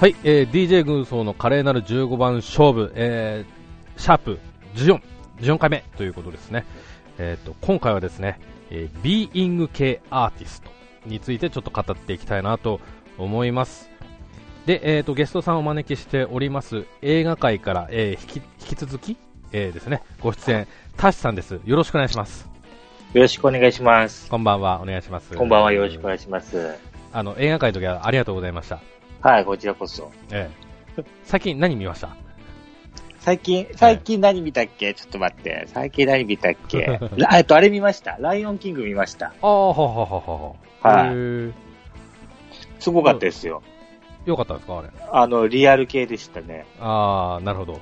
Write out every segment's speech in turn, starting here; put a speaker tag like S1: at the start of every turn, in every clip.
S1: はい、えー、DJ 軍曹の華麗なる15番勝負、えー、シャープ14、14回目ということですね。えっ、ー、と、今回はですね、えー、ビーイング系アーティストについてちょっと語っていきたいなと思います。で、えっ、ー、と、ゲストさんをお招きしております、映画界から、えー、引き、引き続き、えー、ですね、ご出演、タシさんです。よろしくお願いします。
S2: よろしくお願いします。
S1: こんばんは、お願いします。
S2: こんばんは、よろしくお願いします。
S1: あの、映画界の時はありがとうございました。
S2: はい、こちらこそ。
S1: ええ。最近何見ました
S2: 最近、最近何見たっけ、ちょっと待って。最近何見たっ けえっと、あれ見ました。ライオンキング見ました。
S1: ああ、ははは
S2: は。はい。すごかったですよ。
S1: よかったですかあれ。
S2: あの、リアル系でしたね。
S1: ああ、なるほど。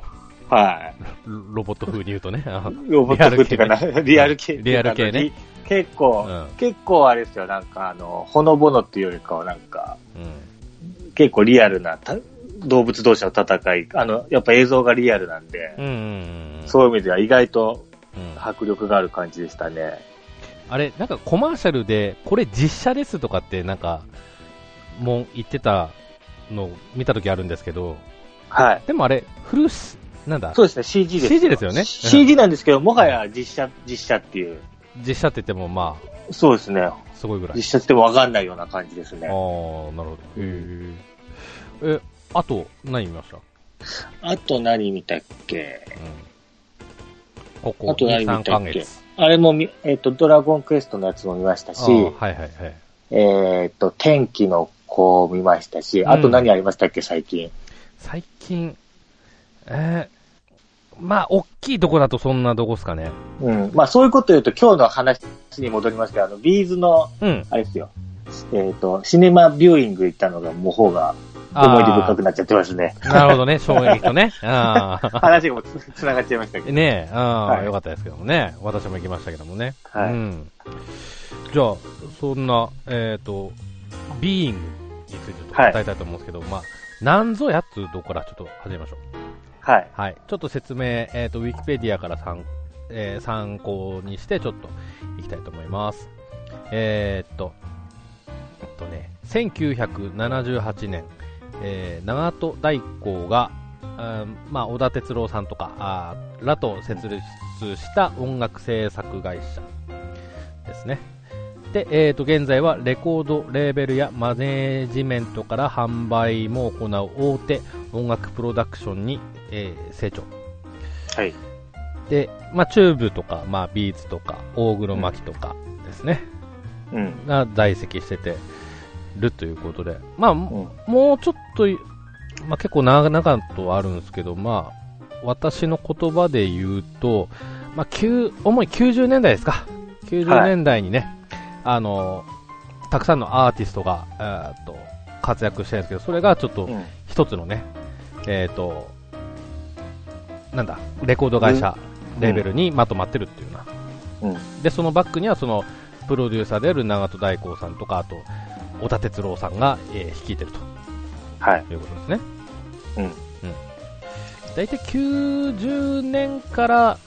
S2: はい。
S1: ロボット風に言うとね。
S2: ロボット風っていうかな、 リアル系、ね。
S1: リアル系ね。
S2: 結構、うん、結構あれですよ、なんかあの、ほのぼのっていうよりかはなんか、うん、結構リアルな動物同士の戦い、あの、やっぱ映像がリアルなんで、うんうんうん、そういう意味では意外と迫力がある感じでしたね。
S1: うん、あれ、なんかコマーシャルで、これ実写ですとかってなんか、もう言ってたの見た時あるんですけど、
S2: はい。
S1: でもあれ、フルス、なんだ
S2: そうですね、CG です。
S1: CG ですよね。
S2: CG なんですけど、もはや実写、実写っていう。
S1: 実写って言ってもまあ。
S2: そうですね。
S1: すごいぐらい。
S2: 実写ってわかんないような感じですね。ああ、なる
S1: ほど。へえー。え、あと、何見ました
S2: あと何見たっけ、
S1: うん、ここ、あと何見たっけ
S2: あれもみ、えっ、ー、と、ドラゴンクエストのやつも見ましたし、
S1: はいはいはい。
S2: えっ、ー、と、天気の子を見ましたし、あと何ありましたっけ、うん、最近。
S1: 最近、えー、まあ、大きいとこだとそんなとこですかね。
S2: うん。まあ、そういうこと言うと、今日の話に戻りまして、あの、ビーズの、うん、あれですよ、えっ、ー、と、シネマビューイング行ったのが、もう方が、思い出深くなっちゃってますね。
S1: なるほどね、衝撃と ね。あ
S2: 話がもつつながっちゃいましたけど。
S1: ねえ、あはい、よかったですけどもね。私も行きましたけどもね。、
S2: はい。うん
S1: じゃあ、そんな、えっ、ー、と、ビーイングについて伝えたいと思うんですけど、はい、まあ、なんぞやっつうとこからちょっと始めましょう。
S2: はい。
S1: はい。ちょっと説明、えっ、ー、と、ウィキペディアから参,、えー、参考にして、ちょっといきたいと思います。えー、っと、えっとね、1978年、えー、長門大光が、うん、まあ、小田哲郎さんとか、あらと設立した音楽制作会社ですね。で、えっ、ー、と、現在はレコード、レーベルやマネージメントから販売も行う大手音楽プロダクションに、えー、成長。
S2: はい。
S1: で、まあ、チューブとか、まあ、ビーズとか、大黒摩季とかですね。
S2: うん。
S1: が在籍しててるということで。まあ、うん、もうちょっと、まあ、結構長々とあるんですけど、まあ、私の言葉で言うと、まあ、9、主に90年代ですか。90年代にね、はいあのたくさんのアーティストが、えーと、と活躍してるんですけど、それがちょっと一つのね、うん、えっ、ー、と、なんだ、レコード会社レベルにまとまってるっていうな。
S2: うん、
S1: で、そのバックにはそのプロデューサーである長門大光さんとか、あと、小田哲郎さんが、えー、率いてると。
S2: はい。
S1: いうことですね。
S2: うん。うん。
S1: 大体90年から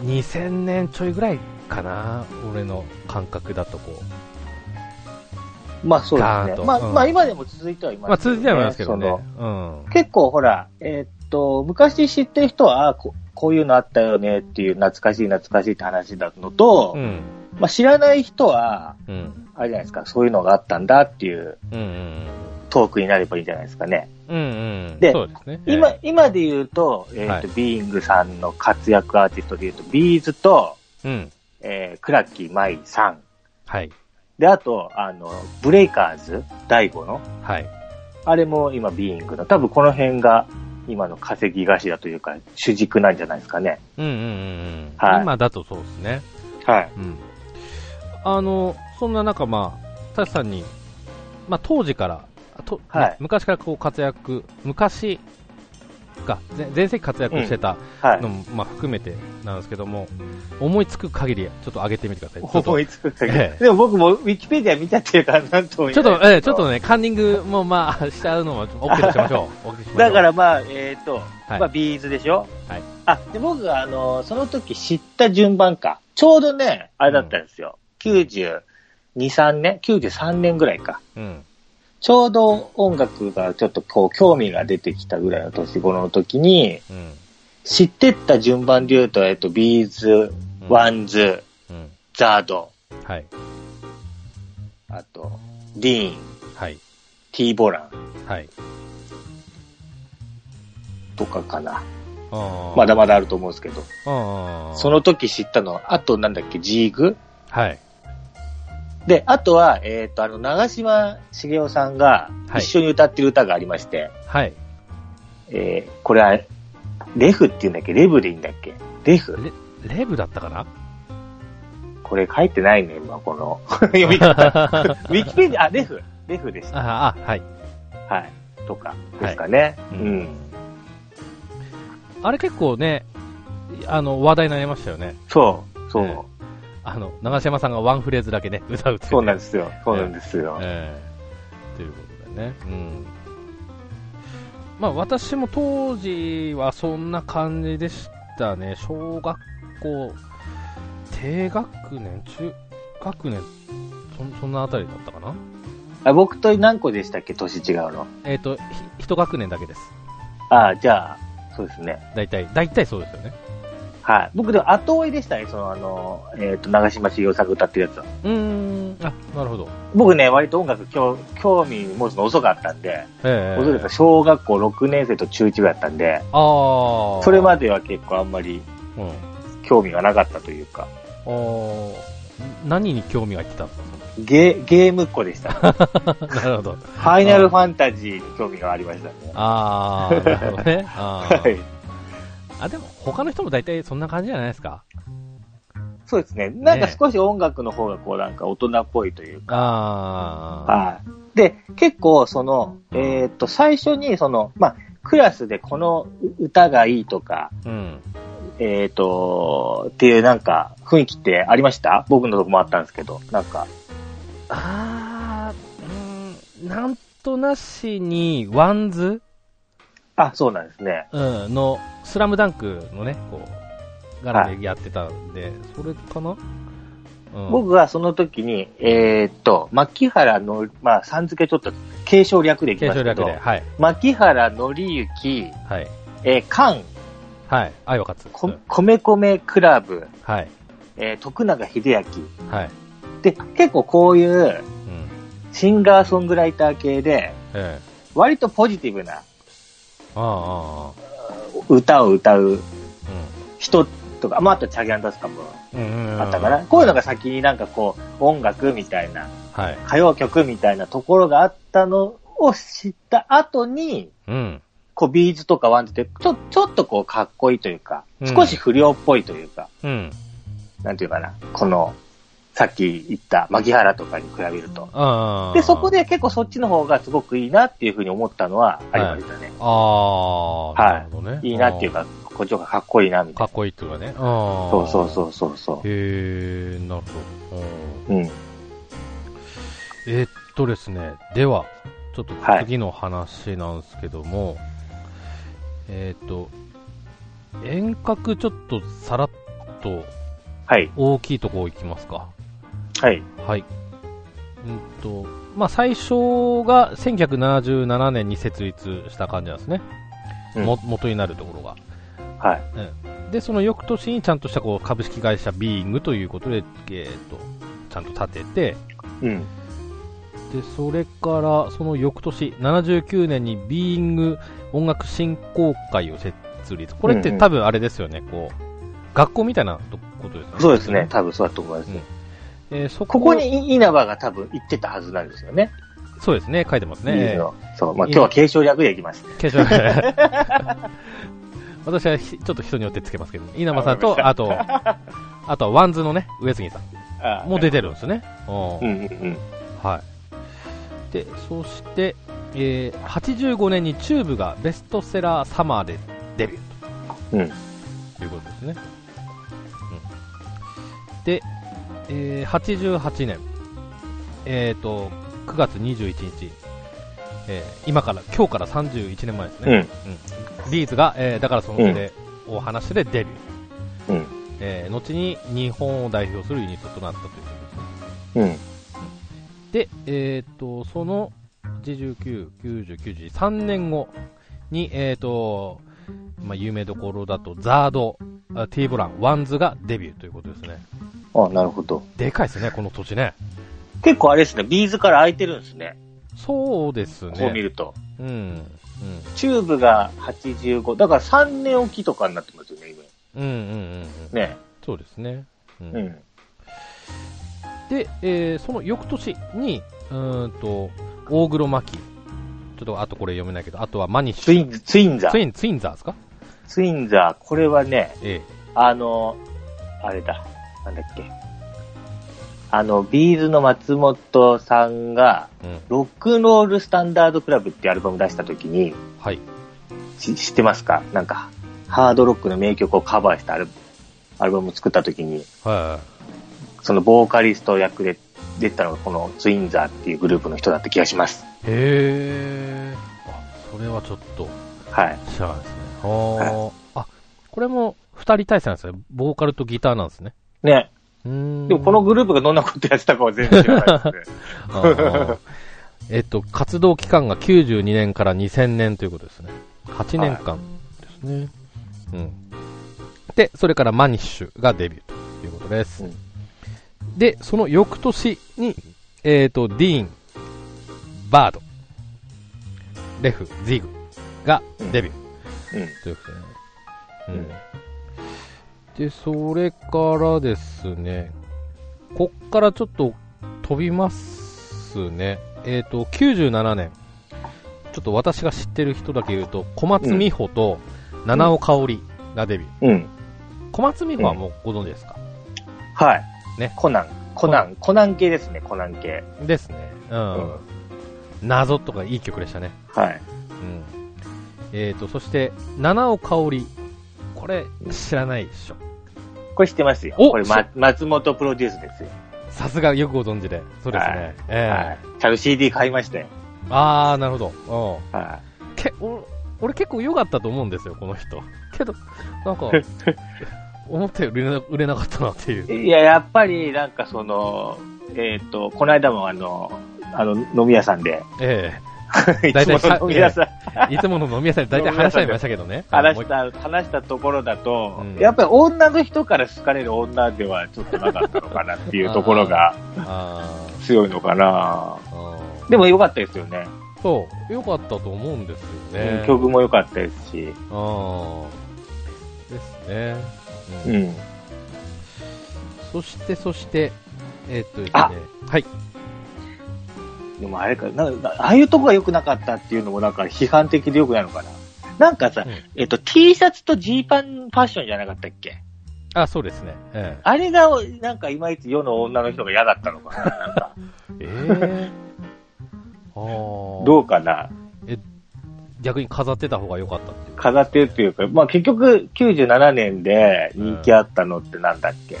S1: 2000年ちょいぐらいかな、俺の感覚だとこ
S2: う。まあそうですね。まあ、うん、まあ今でも続いてはいます、ね、ま
S1: 続
S2: あ
S1: いてはいますけどね。うん、
S2: 結構ほら、えー、っと、昔知ってる人は、あここういうのあったよねっていう懐かしい懐かしいって話だのと、うん、まあ知らない人は、うん、あれじゃないですか、そういうのがあったんだっていう、
S1: うんうん、
S2: トークになればいいんじゃないですかね。
S1: うんうん、
S2: で、ね、今、今で言うと、えー、っと、はい、ビーイングさんの活躍アーティストで言うと、ビーズと、
S1: うん、
S2: えー、クラッキー舞さん。
S1: はい。
S2: で、あと、あの、ブレイカーズ、第5の。
S1: はい。
S2: あれも今、ビーイングの。多分この辺が、今の稼ぎ頭というか、主軸なんじゃないですかね。
S1: うんうんうん。はい。今だとそうですね。
S2: はい。
S1: うん。あの、そんな中、まあ、タシさんに、まあ、当時から、とはい、ね、昔からこう活躍、昔か、全盛期活躍してたのも、うんはい、まあ、含めてなんですけども、思いつく限り、ちょっと上げてみてください。
S2: 思いつく限り。ええ、でも僕もウィキペディア見ちゃってるから、なんとも
S1: ちょっと、ええ、ちょっとね、カンニングもまあ、し ちゃうのも OK としましょ う。ししょう
S2: だからまあ、えっ、ー、と、はい、まあ、ビーズでしょ。
S1: はい。
S2: あ、で、僕が、あの、その時知った順番か。ちょうどね、あれだったんですよ。うん、92、3年 ?93 年ぐらいか。
S1: うん。
S2: ちょうど音楽がちょっとこう興味が出てきたぐらいの年頃の時に、
S1: うん。
S2: 知ってった順番で言うと、えっと、ビーズ、ワンズ、
S1: うん。
S2: ザード、
S1: はい。
S2: あと、ディーン、
S1: はい。
S2: ティーボラン
S1: はい。
S2: とかかな。
S1: あー
S2: まだ。まだあると思うんですけど。
S1: あー
S2: そ、の時知ったのは、あとなんだっけ、ジーグ
S1: はい。
S2: で、あとは、えっ、と、あの、長島茂雄さんが
S1: はい
S2: 一緒に歌ってる歌がありまして、
S1: はい。
S2: えーこれは、レフって言うんだっけレブでいいんだっけレフ
S1: レレブだったかな
S2: これ書いてないね、今、この 読み方。 ウィキペディア、あ、レフレフでした。
S1: ああ、はい。
S2: はい。とか、ですかね。うん。
S1: あれ結構ね、あの、話題になりましたよね。
S2: そう、そう、
S1: うんあの、長嶋さんがワンフレーズだけね、歌うってい
S2: そうなん
S1: で
S2: ですよ。そうなんですよ。
S1: ええということでね。うん。まあ私も当時はそんな感じでしたね。小学校、低学年、中学年、そそんなあたりだったかな
S2: あ僕と何個でしたっけ年違うの。
S1: えっ、と、ひ一学年だけです。
S2: ああ、じゃあ、そうですね。
S1: 大体、大体そうですよね。
S2: はい。僕でも後追いでしたね、その、あの、えっ、と、長島茂雄さんが歌ってるやつは。
S1: うーん、あ、なるほど。
S2: 僕ね、割と音楽興興味持つの遅かったんで、
S1: ええ
S2: 遅かった小学校6年生と中1ぐらいだったんで、
S1: ああ。
S2: それまでは結構あんまり
S1: うん。あ
S2: 興味がなかったというか、
S1: ー何に興味がいってたんです
S2: ゲゲームっ子でした。フ
S1: か なるほど。
S2: ァイナルファンタジーに興味がありましたね。
S1: ああ、なるほどね。あー
S2: はい。
S1: あ、でも他の人も大体そんな感じじゃないですか。
S2: そうですね。なんか少し音楽の方がこうなんか大人っぽいというか、
S1: ああ。
S2: はい。で、結構その、
S1: うん
S2: えーっと、最初にその、まあ、クラスでこの歌がいいとか、
S1: うん。
S2: えーっと、っていうなんか雰囲気ってありました僕のとこもあったんですけど、なんか、
S1: ああ、うん、なんとなしに、ワンズ、
S2: あ、そうなんですね。
S1: うん、の、スラムダンクのね、こう、柄でやってたんで、それかなうん。
S2: 僕はその時に、えーっと、牧原の、まあ、さん付けちょっと継承略でいき
S1: 継
S2: ま
S1: 承
S2: すけ
S1: 略
S2: ど
S1: で、、はい。
S2: 牧原紀之、
S1: はい。
S2: えー、カン、
S1: はい。愛は勝つ。う
S2: こ
S1: ん、
S2: 米米クラブ、
S1: はい。
S2: えー徳永秀明。
S1: はい。
S2: で、結構こういう
S1: うん。
S2: シンガーソングライター系で、
S1: ええ。
S2: 割とポジティブな
S1: ああ、ああ。
S2: 歌を歌う
S1: うん。
S2: 人とか、まあ、あとチャギアンダスカも
S1: あ
S2: あったから、こういうのが先になんかこう、音楽みたいな、
S1: はい。
S2: 歌謡曲みたいなところがあったのを知った後に、
S1: うん。
S2: こう、ビーズとかワンズって、ちょ、ちょっとこう、かっこいいというか、
S1: うん
S2: 少し不良っぽいというか、
S1: うん。
S2: なんていうかな、この、さっき言った、牧原とかに比べると。
S1: ああ。
S2: で、そこ。で結構そっちの方がすごくいいなっていうふうに思ったのはありましたね。
S1: ああ。なるほどね。
S2: い、いなっていうか、こっちの方がかっこいいなみ
S1: あー。か
S2: たい
S1: っこいいっていうかね。
S2: な。
S1: あ
S2: そうそう
S1: う。
S2: そうそうそ
S1: へえ、なるほど。うん
S2: う。うん。
S1: えっとですね、では、ちょっと
S2: はい
S1: 次の話なんですけども、えっと、遠隔ちょっとさらっと
S2: はい。
S1: 大きいとこ行きますか。
S2: はい。
S1: はい。うんと、まあ、最初が1977年に設立した感じなんですね。
S2: うん
S1: も元になるところが。
S2: はい。
S1: で、その翌年にちゃんとしたこう株式会社ビーイングということで、えっと、ちゃんと立てて、
S2: うん。
S1: で、それからその翌年、79年にビーイング音楽振興会を設立。これって
S2: うんうん
S1: 多分あれですよね、こう、学校みたいなとことですよね。
S2: そうですね。。多分そうだと思います。
S1: うんえーそこ
S2: ここに稲葉が多分行ってたはずなんですよね。
S1: そうですね、書いてます
S2: ビー
S1: ね
S2: ズ。のそう。まあ、今日は継承略で行きます。
S1: 化粧品 私はひちょっと人によってつけますけど、稲葉さんと、あ
S2: あ
S1: と、あとはワンズのね、上杉さん
S2: あ
S1: も出てるんですね。うん
S2: うんうんうん。
S1: はい。で、そして、えー85年にチューブがベストセラーサマーでデビュ
S2: うん
S1: ーということですね。うん、で、えー88年、えー、と9月21日、えー今から、今日から31年前ですね。
S2: うん。
S1: ビーズが、えーだからその手で、お話でデビュー。
S2: うん。
S1: えー後に日本を代表するユニットとなったということですね。
S2: うん。
S1: で、えー、とその89、90、90、3年後に、えっ、ー、と、まあ、有名どころだと、ザード、ティーブラン、ワンズがデビューということですね。
S2: あ、なるほど。
S1: でかいですね、この土地ね。
S2: 結構あれですね、ビーズから空いてるんですね。
S1: そうですね。
S2: こう見ると。
S1: うん。うん、
S2: チューブが85、だから3年おきとかになってますよね、今。
S1: うんうんうん、うん。
S2: ね
S1: そうですね。
S2: うん。うん、
S1: で、えー、その翌年に、うんと、大黒摩季。ちょっとあとこれ読めないけど、あとはマニッシュ。
S2: ツイン、ツインザ
S1: ツイン、ツインザーですか
S2: ツインザー、これはね、
S1: ええ、
S2: あの、あれだ、なんだっけ。あの、ビーズの松本さんが、
S1: うん、
S2: ロックンロールスタンダードクラブってアルバム出した時に、
S1: はい。
S2: 知ってますかなんか、ハードロックの名曲をカバーしたアルアルバムを作った時に、、
S1: はい
S2: そのボーカリスト役で出たのがこのツインザーっていうグループの人だった気がします。
S1: へえ。あ、それはちょっと、
S2: はい。
S1: 知らないですね。はい、あ、これも二人対戦なんですね。ボーカルとギターなんですね。
S2: ね。
S1: うん
S2: でもこのグループがどんなことやってたかは全然知らないですね
S1: えっと、活動期間が92年から2000年ということですね。8年間ですね。はい、うん。で、それからマニッシュがデビューということです 。うん、で、その翌年に、えっ、ー、と、ディーン、バード、レフ、ジグがデビュー。うん。ということでね。うん、うんで、それからですね、こっからちょっと飛びますね。えっ、ー、と、97年。ちょっと私が知ってる人だけ言うと、小松美穂と七尾香織がデビュ
S2: ー。うん。
S1: 小松美穂はもうご存知ですか、
S2: うん、はい。
S1: ね。
S2: コナン、コナン、コナン系ですね、コナン系。
S1: ですね。うん。うん、謎とかいい曲でしたね。
S2: はい。
S1: うん。えっ、ー、と、そして、七尾香織。これ、知らないでしょ。
S2: これ知ってますよ。これ、ま、松本プロデュースですよ。
S1: さすが、よくご存知で。そうですね。はい、え
S2: えー、ちゃんと CD 買いましたよ。
S1: あー、なるほど。、
S2: うん。はい
S1: け俺俺結構良かったと思うんですよ、この人。けど、なん か、思ったより売れなかったなっていう。
S2: いや、やっぱり、なんかその、えっ、ー、と、この間もあの、あの、飲み屋さん で。
S1: ええー
S2: いつもの飲み屋さん
S1: いつもの飲み屋さんで大体話しちゃいましたけどね。
S2: 話した、話したところだと、うん、やっぱり女の人から好かれる女ではちょっとなかったのかなっていうところが強いのかな。でも良かったですよね。
S1: そう、良かったと思うんですよね。
S2: うん、曲も良かったですし。
S1: あですね。
S2: うん。うん、
S1: そして、そして、えー、っとです
S2: ね。
S1: はい。
S2: でもあれか、なんか、ああいうとこが良くなかったっていうのもなんか批判的で良くないのかな。なんかさ、うん、えっと、T シャツとジーパンファッションじゃなかったっけ
S1: あ、そうですね。え
S2: え、あれが、なんかいまいち世の女の人が嫌だったのかな、なんか。
S1: え ー、
S2: あどうかな。
S1: え、逆に飾ってた方が良かったっていう
S2: 飾ってるっていうか、まあ結局97年で人気あったのってなんだっけ、うん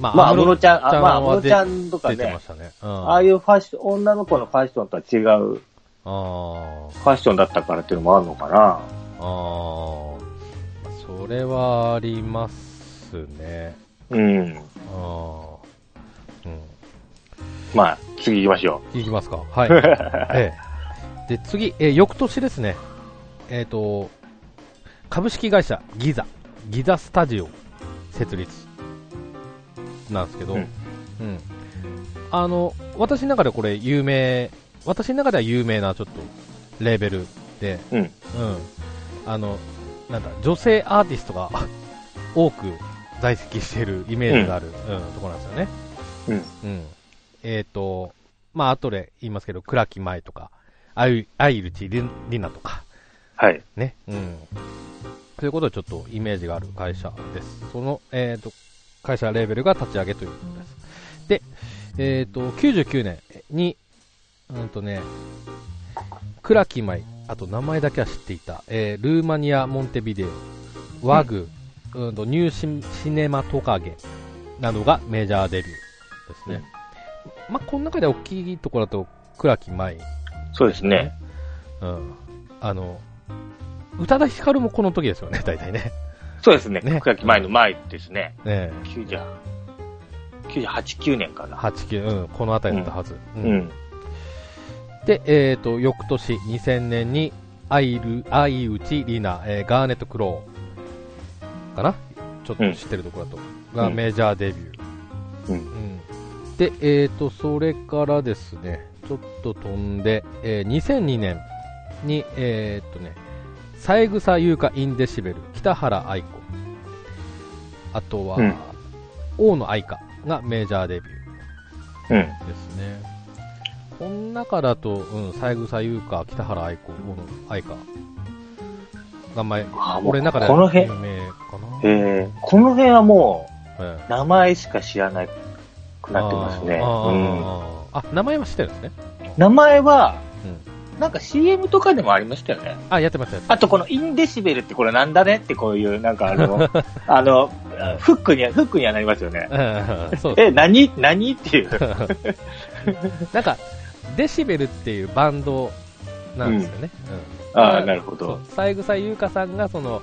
S2: まあ、まあ、安室ちゃん、あまあ、安室ちゃんとかね、
S1: ねうん、
S2: ああいうファッション、女の子のファッションとは違う、
S1: あ
S2: ファッションだったからっていうのもあるのかな。
S1: ああ、それはありますね。
S2: うん。
S1: あうん、
S2: まあ、次行きましょ
S1: う。行きますか。 はい。ええ、で、次、えー、翌年ですね。えっ、ー、と、株式会社ギザ、ギザスタジオ設立。なんですけど、うん、うん、あの私の中でこれ有名私の中では有名なちょっとレーベルで、
S2: うん、うん、
S1: あのなんだ女性アーティストが多く在籍しているイメージがある、うん、うん、ところなんですよね。
S2: うん
S1: えっ、ー、と、まあ後で言いますけど、倉木舞とか、あゆあゆるちりなとか、
S2: はい。
S1: ね、うん。そういうことをちょっとイメージがある会社です。その、えっ、ー、と、会社レーベルが立ち上げということです。で、えっ、ー、と、99年に、うんとね、倉木舞、あと名前だけは知っていた、えー、ルーマニア・モンテビデオ、ワグ、うん、うんとニューシシネマトカゲなどがメジャーデビューですね。うん、まあ、この中で大きいところだと、倉木舞、ね、
S2: そうですね。
S1: うん。あの、宇多田ヒカルもこの時ですよね、 大体ね。
S2: そうですね。ね倉木前の前ですね。
S1: ね
S2: 98、9年かな。
S1: 89、うん、この辺りだったはず。
S2: うん。うん、
S1: で、えっ、と、翌年2000年に、アイル、アイウチリナ、えーガーネット・クローかなちょっと知ってるところだと。が
S2: うん
S1: メジャーデビュー。
S2: うん。
S1: うんで、えっ、と、それからですね、ちょっと飛んで、えー2002年に、えっ、とね、三枝優香インデシベル、北原愛子、あとは、
S2: うん
S1: 大野愛香がメジャーデビュー。
S2: うん。
S1: ですね。この中だと、うん、三枝優香、北原愛子、小野愛香。名前、
S2: あーもう
S1: 俺の中で
S2: この
S1: は
S2: 辺
S1: 有名かな。
S2: えー、この辺はも
S1: え
S2: う、名前しか知らなく
S1: え
S2: なってますね。
S1: あー
S2: うん。
S1: あーあ名前は知ってるんですね。
S2: 名前は、
S1: うん
S2: なんか CM とかでもありましたよね。
S1: あ、やってます、やって
S2: あとこのインデシベルってこれなんだねってこういう、なんかあ の、あの、フックには、フックにはなりますよね。
S1: ますうん。そうで
S2: え、何何っていう。
S1: す。なんか、デシベルっていうバンドなんですよね。うん
S2: ああ、なるほ
S1: そ
S2: ど
S1: う。三枝優香さんが、その、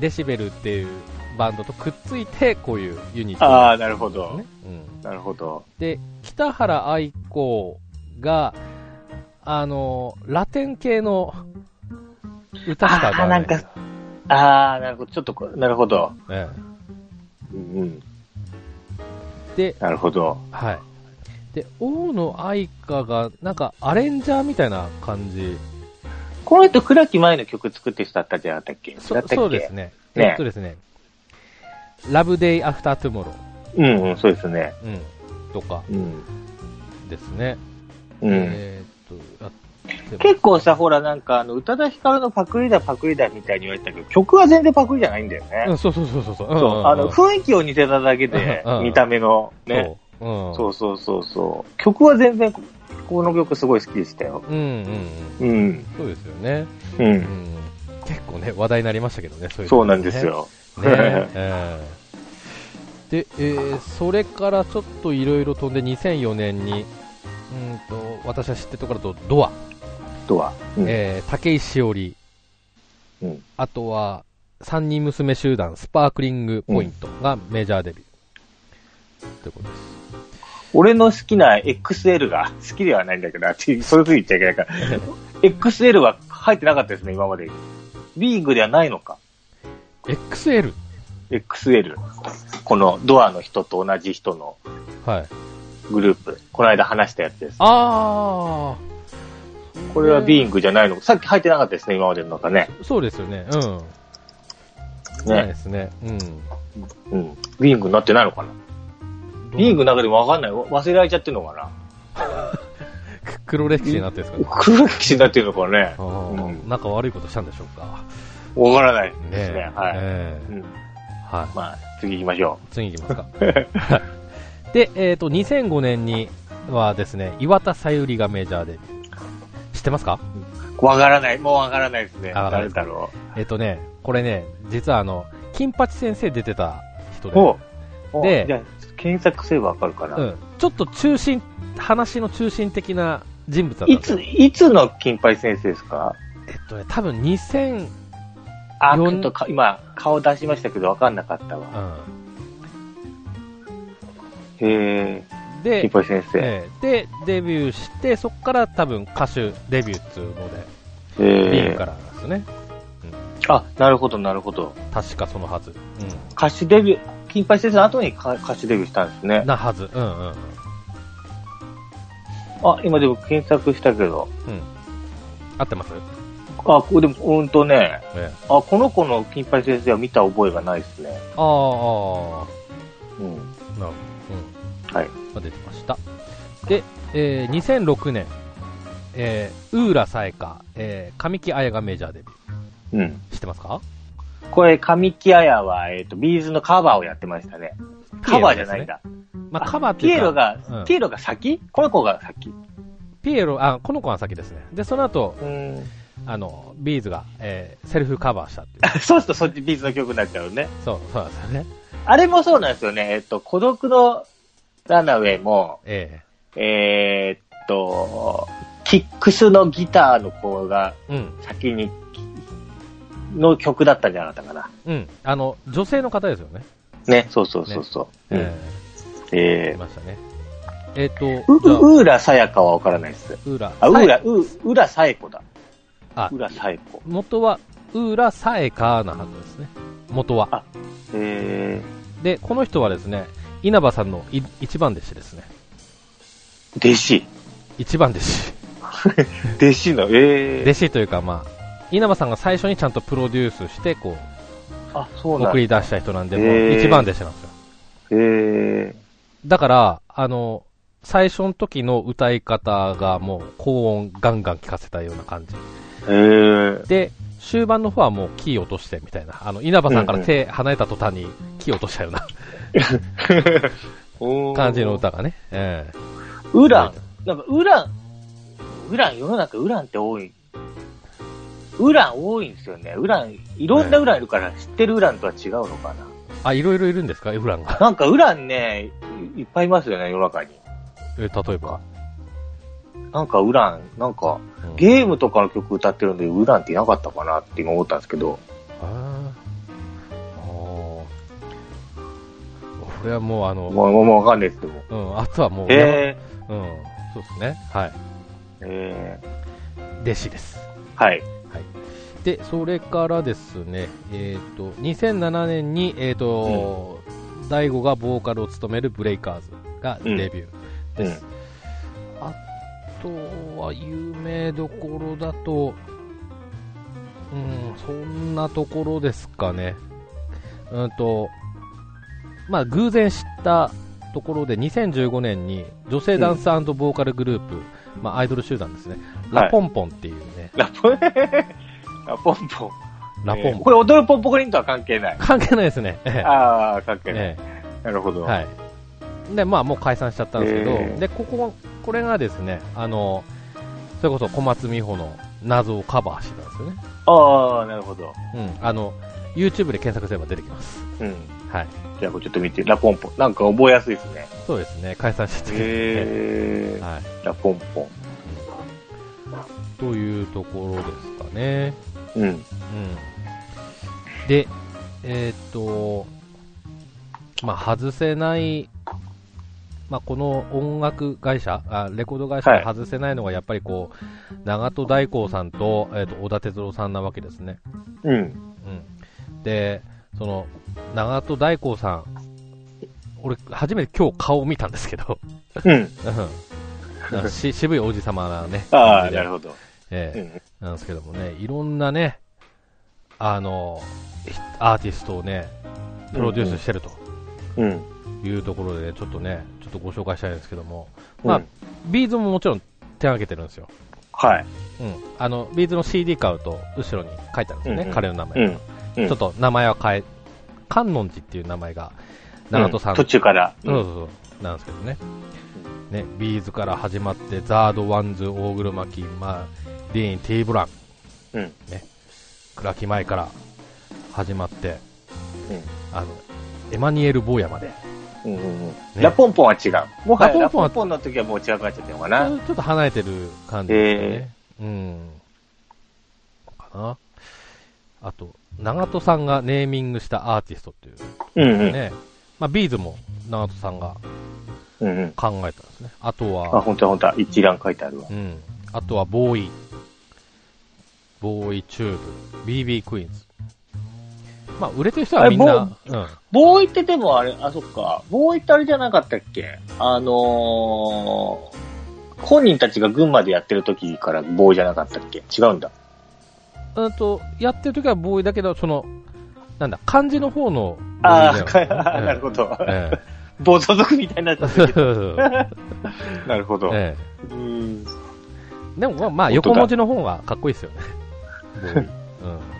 S1: デシベルっていうバンドとくっついて、こういうユニット
S2: あ
S1: な
S2: あ、
S1: ん
S2: なるほ
S1: です
S2: ど
S1: ね。。うん
S2: なるほど。
S1: で、北原愛子が、あの、ラテン系の歌しか歌わない。
S2: あーなんかああ、なるほど。ちょっとこ、なるほど。
S1: え
S2: うんうん。
S1: えで、
S2: なるほど。
S1: はい。で、大野愛香が、なんかアレンジャーみたいな感じ。
S2: この人、倉木前の曲作ってしたったじゃなかったっけ
S1: そ
S2: だったっけ
S1: そうですね。
S2: ね
S1: えっとですね、ラブデイアフタートゥモロ
S2: うんうん、そうですね。
S1: ー、うん、とか
S2: うん。
S1: ですね。
S2: うん。
S1: えーっと、やってます
S2: 結構さ、ほら、なんか、あの、宇多田ヒカルのパクリだ、パクリだみたいに言われてたけど、曲は全然パクリじゃないんだよね。
S1: うん、そうそうそうそうそう。
S2: そう、あの、
S1: ふ
S2: 雰囲気を似てただけで
S1: うんう、ん
S2: 見た目の、ね。
S1: そう。うん。
S2: そうそうそうそう。曲は全然、この曲すごい好きでしたよ。
S1: うんうんうん。
S2: うん。
S1: そうですよね。
S2: う。
S1: うんん結構ね、話題になりましたけどね、そういう、
S2: そうなんです。よ。
S1: ねえーで、えーそれからちょっといろいろ飛んで、2004年に、うんと、私は知ってるところだと、ドア、
S2: とは。うん
S1: えー竹井しおり、
S2: うん
S1: あとは、三人娘集団、スパークリングポイントがメジャーデビュー。ということです。
S2: 俺の好きな XL が好きではないんだけど、あっちそういうふうに言っちゃいけないから。XL は入ってなかったですね、今まで。リーグではないのか。
S1: XL?
S2: XL。このドアの人と同じ人の
S1: はい。
S2: グループ。この間話したやつです。
S1: あー。
S2: これはビー
S1: ン。
S2: ングじゃないのか。さっき入ってなかったですね、今までの中ね。
S1: そうですよね。うん。ない
S2: ね
S1: で。すね。うん。
S2: うん。ビーングになってないのかな。ビーングの中でもわかんない。わ忘れられちゃってるのか
S1: く黒歴史になってるんですか
S2: な。
S1: ね。
S2: 黒歴史になってるのかね
S1: あ。ー
S2: うん
S1: なんか悪いことしたんでしょうか。
S2: わからない
S1: ね
S2: ですね。はい。
S1: え
S2: う
S1: え
S2: ん。
S1: はい。
S2: まあ、次行きましょ
S1: 次行きますか。 で、えっ、と、2005年にはですね、岩田さゆりがメジャーで、知ってますか
S2: う。わからない。もうわからないですね。
S1: あわからない
S2: 誰だろ
S1: えっ、とね、これね、実はあの、金八先生出てた人
S2: う。
S1: で、
S2: ほう。
S1: で
S2: おじゃあ検索すればわかるかな。
S1: うん、ちょっと中心、話の中心的な人物だったん
S2: い
S1: ですよ
S2: つ、いつの金八先生ですか
S1: えっ、とね、多分2000、
S2: あ、ち
S1: よん
S2: ょっとか今、顔出しましたけど、わかんなかった
S1: う
S2: わ。
S1: ん。
S2: へえ。
S1: で、
S2: 金八先生。へ
S1: ええで、デビューして、そこから多分歌手デビューっつうので、リーグ
S2: え
S1: か。らなんですね。
S2: あ、なるほど、なるほど。
S1: 確かそのはず。
S2: 歌手デビュー、金八先生の後にか歌手デビューしたんです
S1: うん。
S2: ね。
S1: なはず。うんうんうん。
S2: あ、今でも検索したけど。
S1: 合ってます
S2: あ、こでも、うんとね、
S1: ええ。
S2: あ、この子の金八先生は見た覚えがないですね。
S1: ああ、あ
S2: うん。
S1: あなるほど。うん。
S2: はい。
S1: が出てました。で、えー、2006年、えー、ウーラサエカ、えー、神木彩がメジャーデビュ
S2: うん。
S1: ー。知ってますか
S2: これ、神木彩は、えっ、と、ビーズのカバーをやってましたね。カバーじゃないんだ。
S1: まあ、カバーって
S2: ピ
S1: い
S2: エ
S1: う
S2: ロ
S1: か、
S2: が、
S1: うん
S2: ピエロが先この子が先。
S1: ピエロ、あ、この子が先ですね。で、その後、
S2: うん。
S1: あの、ビーズが、えー、セルフカバーしたっていう。
S2: そうするとそっちビーズの曲になっちゃうね。
S1: そう、そうなんですよね。
S2: あれもそうなんですよね。えっと、孤独のランナウェイも、
S1: え
S2: えーっと、キックスのギターの子が
S1: えうん、
S2: 先に、の曲だったんじゃなかったかな。
S1: うん。あの、女性の方ですよね。
S2: ね、そうそうそうそう。うん
S1: え
S2: え
S1: ーい
S2: ー
S1: ましたね。えっ、ー、
S2: う、
S1: と、
S2: うらさやかはわからないです。
S1: うら。
S2: あ、う
S1: さえ
S2: ら、う、うらさえこだ。
S1: あ
S2: うらさえこ。
S1: 元は、うらさえかなはずですね。元は。
S2: え
S1: で、この人はですね、稲葉さんのい一番弟子ですね。
S2: ー、弟子。
S1: 一番弟子。
S2: 弟子の、え
S1: 弟子というか、まあ、稲葉さんが最初にちゃんとプロデュースして、こ
S2: ー、あ、
S1: う、
S2: そうなん
S1: 送
S2: だ。
S1: り出した人なんで、も
S2: へ
S1: う
S2: ー
S1: 一番弟子なんですよ。
S2: えー、
S1: だから、あの、最初の時の歌い方がもう高音ガンガン聞かせたような感じ。
S2: えー、
S1: で、終盤の方はもうキー落としてみたいな。あの、稲葉さんから手離れた途端にキー落としたような感じの歌がね。ええ
S2: ウラン、なんかウラン、ウラン、世の中ウランって多い。ウラン多いんですよね。ウラン、いろんなウランいるから、知ってるウランとは違うのかな。
S1: あ、いろいろいるんですかエフランが。
S2: なんかウランね、いいっぱいいますよね、世の中に。
S1: え例えば。
S2: なんかウラン、なんか、
S1: うん
S2: ゲームとかの曲歌ってるんで、ウランっていなかったかなって今思ったんですけど。
S1: あーあー。これはもうあの、
S2: まあ、まあまあわかんないですけど。
S1: うん、あとはもう、
S2: え
S1: うん、そうですね。はい。
S2: ー、え
S1: 弟子です。
S2: ー、はい。
S1: で、それからですね、えっ、と、2007年に、えっ、と、大悟がボーカルを務めるブレイカーズがデビュー。
S2: う
S1: です
S2: ん。
S1: あとは、有名どころだと、うん、そんなところですかね。うんと、まあ、偶然知ったところで、2015年に女性ダンスボーカルグループ、まあ、アイドル集団ですね、
S2: はい
S1: ラポンポンっていうね、
S2: ラポン、ラポンポン。
S1: ラポン
S2: え
S1: ポ
S2: ーこ
S1: ン。
S2: れ踊るポンポコリンとは関係ない。
S1: 関係ないですね。
S2: ああ、関係ない。
S1: え
S2: なるほ
S1: え
S2: ど。
S1: はい。で、まあ、もう解散しちゃったんですけど、
S2: ええ
S1: で、ここ、これがですね、あの、それこそ小松美穂の謎をカバーしてたんですよね。
S2: ああ、なるほど。
S1: うん。あの、YouTube で検索すれば出てきます。
S2: うん。
S1: はい。
S2: じゃあこれちょっと見て、ラポンポン。なんか覚えやすいですね。
S1: そうですね、解散しちゃったけどね
S2: へ
S1: はい。
S2: ー。ラポンポ
S1: というところですかね。
S2: ン。うん。
S1: うん。で、えーっと、まあ、外せない、まあ、この音楽会社あ、レコード会社
S2: はい
S1: が外せないのが、やっぱりこう、長戸大光さんと、えーっと、小田哲郎さんなわけですね。
S2: うん。
S1: うん。で、その、長戸大光さん、俺、初めて今日顔を見たんですけど、
S2: うん。
S1: うん うん。し渋い王子様なね。
S2: あ
S1: 感
S2: あ、
S1: じで
S2: なるほど。
S1: え
S2: う
S1: え
S2: ん。
S1: なんですけどもね、いろんなね、あの、ひアーティストをね、プロデュースしてると
S2: うん。
S1: いうところでね、ちょっとね、ちょっとご紹介したいんですけども、
S2: うん
S1: まあ、ビーズももちろん手がけてるんですよ。
S2: はい。
S1: うん。あの、ビーズの CD 買うと、後ろに書いてあるんですよね、
S2: うんうん
S1: 彼の名
S2: う
S1: 前、
S2: ん。うん
S1: ちょっと名前は変え、観音寺っていう名前が、長門さん、
S2: 途中から。
S1: そうそうそう、なんですけどね。ね、ビーズから始まって、ザード、ワンズ、大黒摩季、まあ、ディーン、ティーブラン、
S2: うん。
S1: 倉木前から始まって、
S2: うん
S1: あの、エマニュエル・坊やまで、
S2: うんうんうん。ラポンポンは違う。もはや
S1: ラポ
S2: ラ
S1: ンポンは
S2: ポンポンの時はもう違くなっちゃったのか
S1: ち
S2: な。
S1: ょっと離れてる感じですよね。うん。かな。あと、長門さんがネーミングしたアーティストっていう
S2: うんう
S1: ね、
S2: ん。
S1: まあ、ビーズも長門さんが
S2: うんうん。
S1: 考えたんですね。あと
S2: あ、
S1: は、
S2: 本当だ本当だ。一覧書いてあるわ
S1: う。ん。あとは、ボーイ、ボーイチューブ、BB クイーンズ。まあ、売れてる人はみん
S2: あれ
S1: な、うん。
S2: ボーイってでもあれ、あ、そっか。ボーイってあれじゃなかったっけあのー、本人たちが群馬でやってる時からボーイじゃなかったっけ違うんだ。
S1: うんと、やってる時はボーイだけど、その、なんだ、漢字の方のボーイ
S2: あ
S1: だよね
S2: ー なるほど。
S1: ええ
S2: 暴走族みたいになっちゃっ
S1: そ
S2: た
S1: う
S2: け
S1: そ
S2: ど。
S1: うそう
S2: なるほど。
S1: え
S2: うん。
S1: えでもまあ、まあ、
S2: 本当だ
S1: 横文字の方がかっこいいですよね。ボ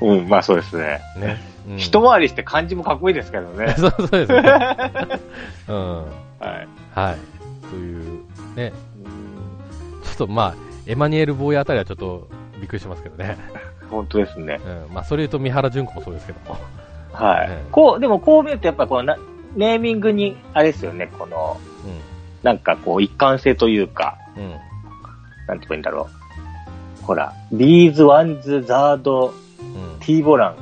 S1: ーイ。
S2: うん、まあそうですね。
S1: うん。ね。うん
S2: 一回りして漢字もかっこいいですけど ね。
S1: そうそうですね。 うん。
S2: はい。
S1: はい。という、ね。ちょっとまあ、エマニュエル・ボーイあたりはちょっとびっくりしますけどね。
S2: 本当ですね。
S1: うん。まあ、それ言うと三原淳子もそうですけども。
S2: は
S1: ええ
S2: い。こう、でもこう見るとやっぱりこのなネーミングに、あれですよね、この、なんかこう一貫性というか、
S1: うん。うん。
S2: なんて言えばいいんだろう。ほら、ビーズ、ワンズ、ザード、
S1: うん
S2: ティーボラン。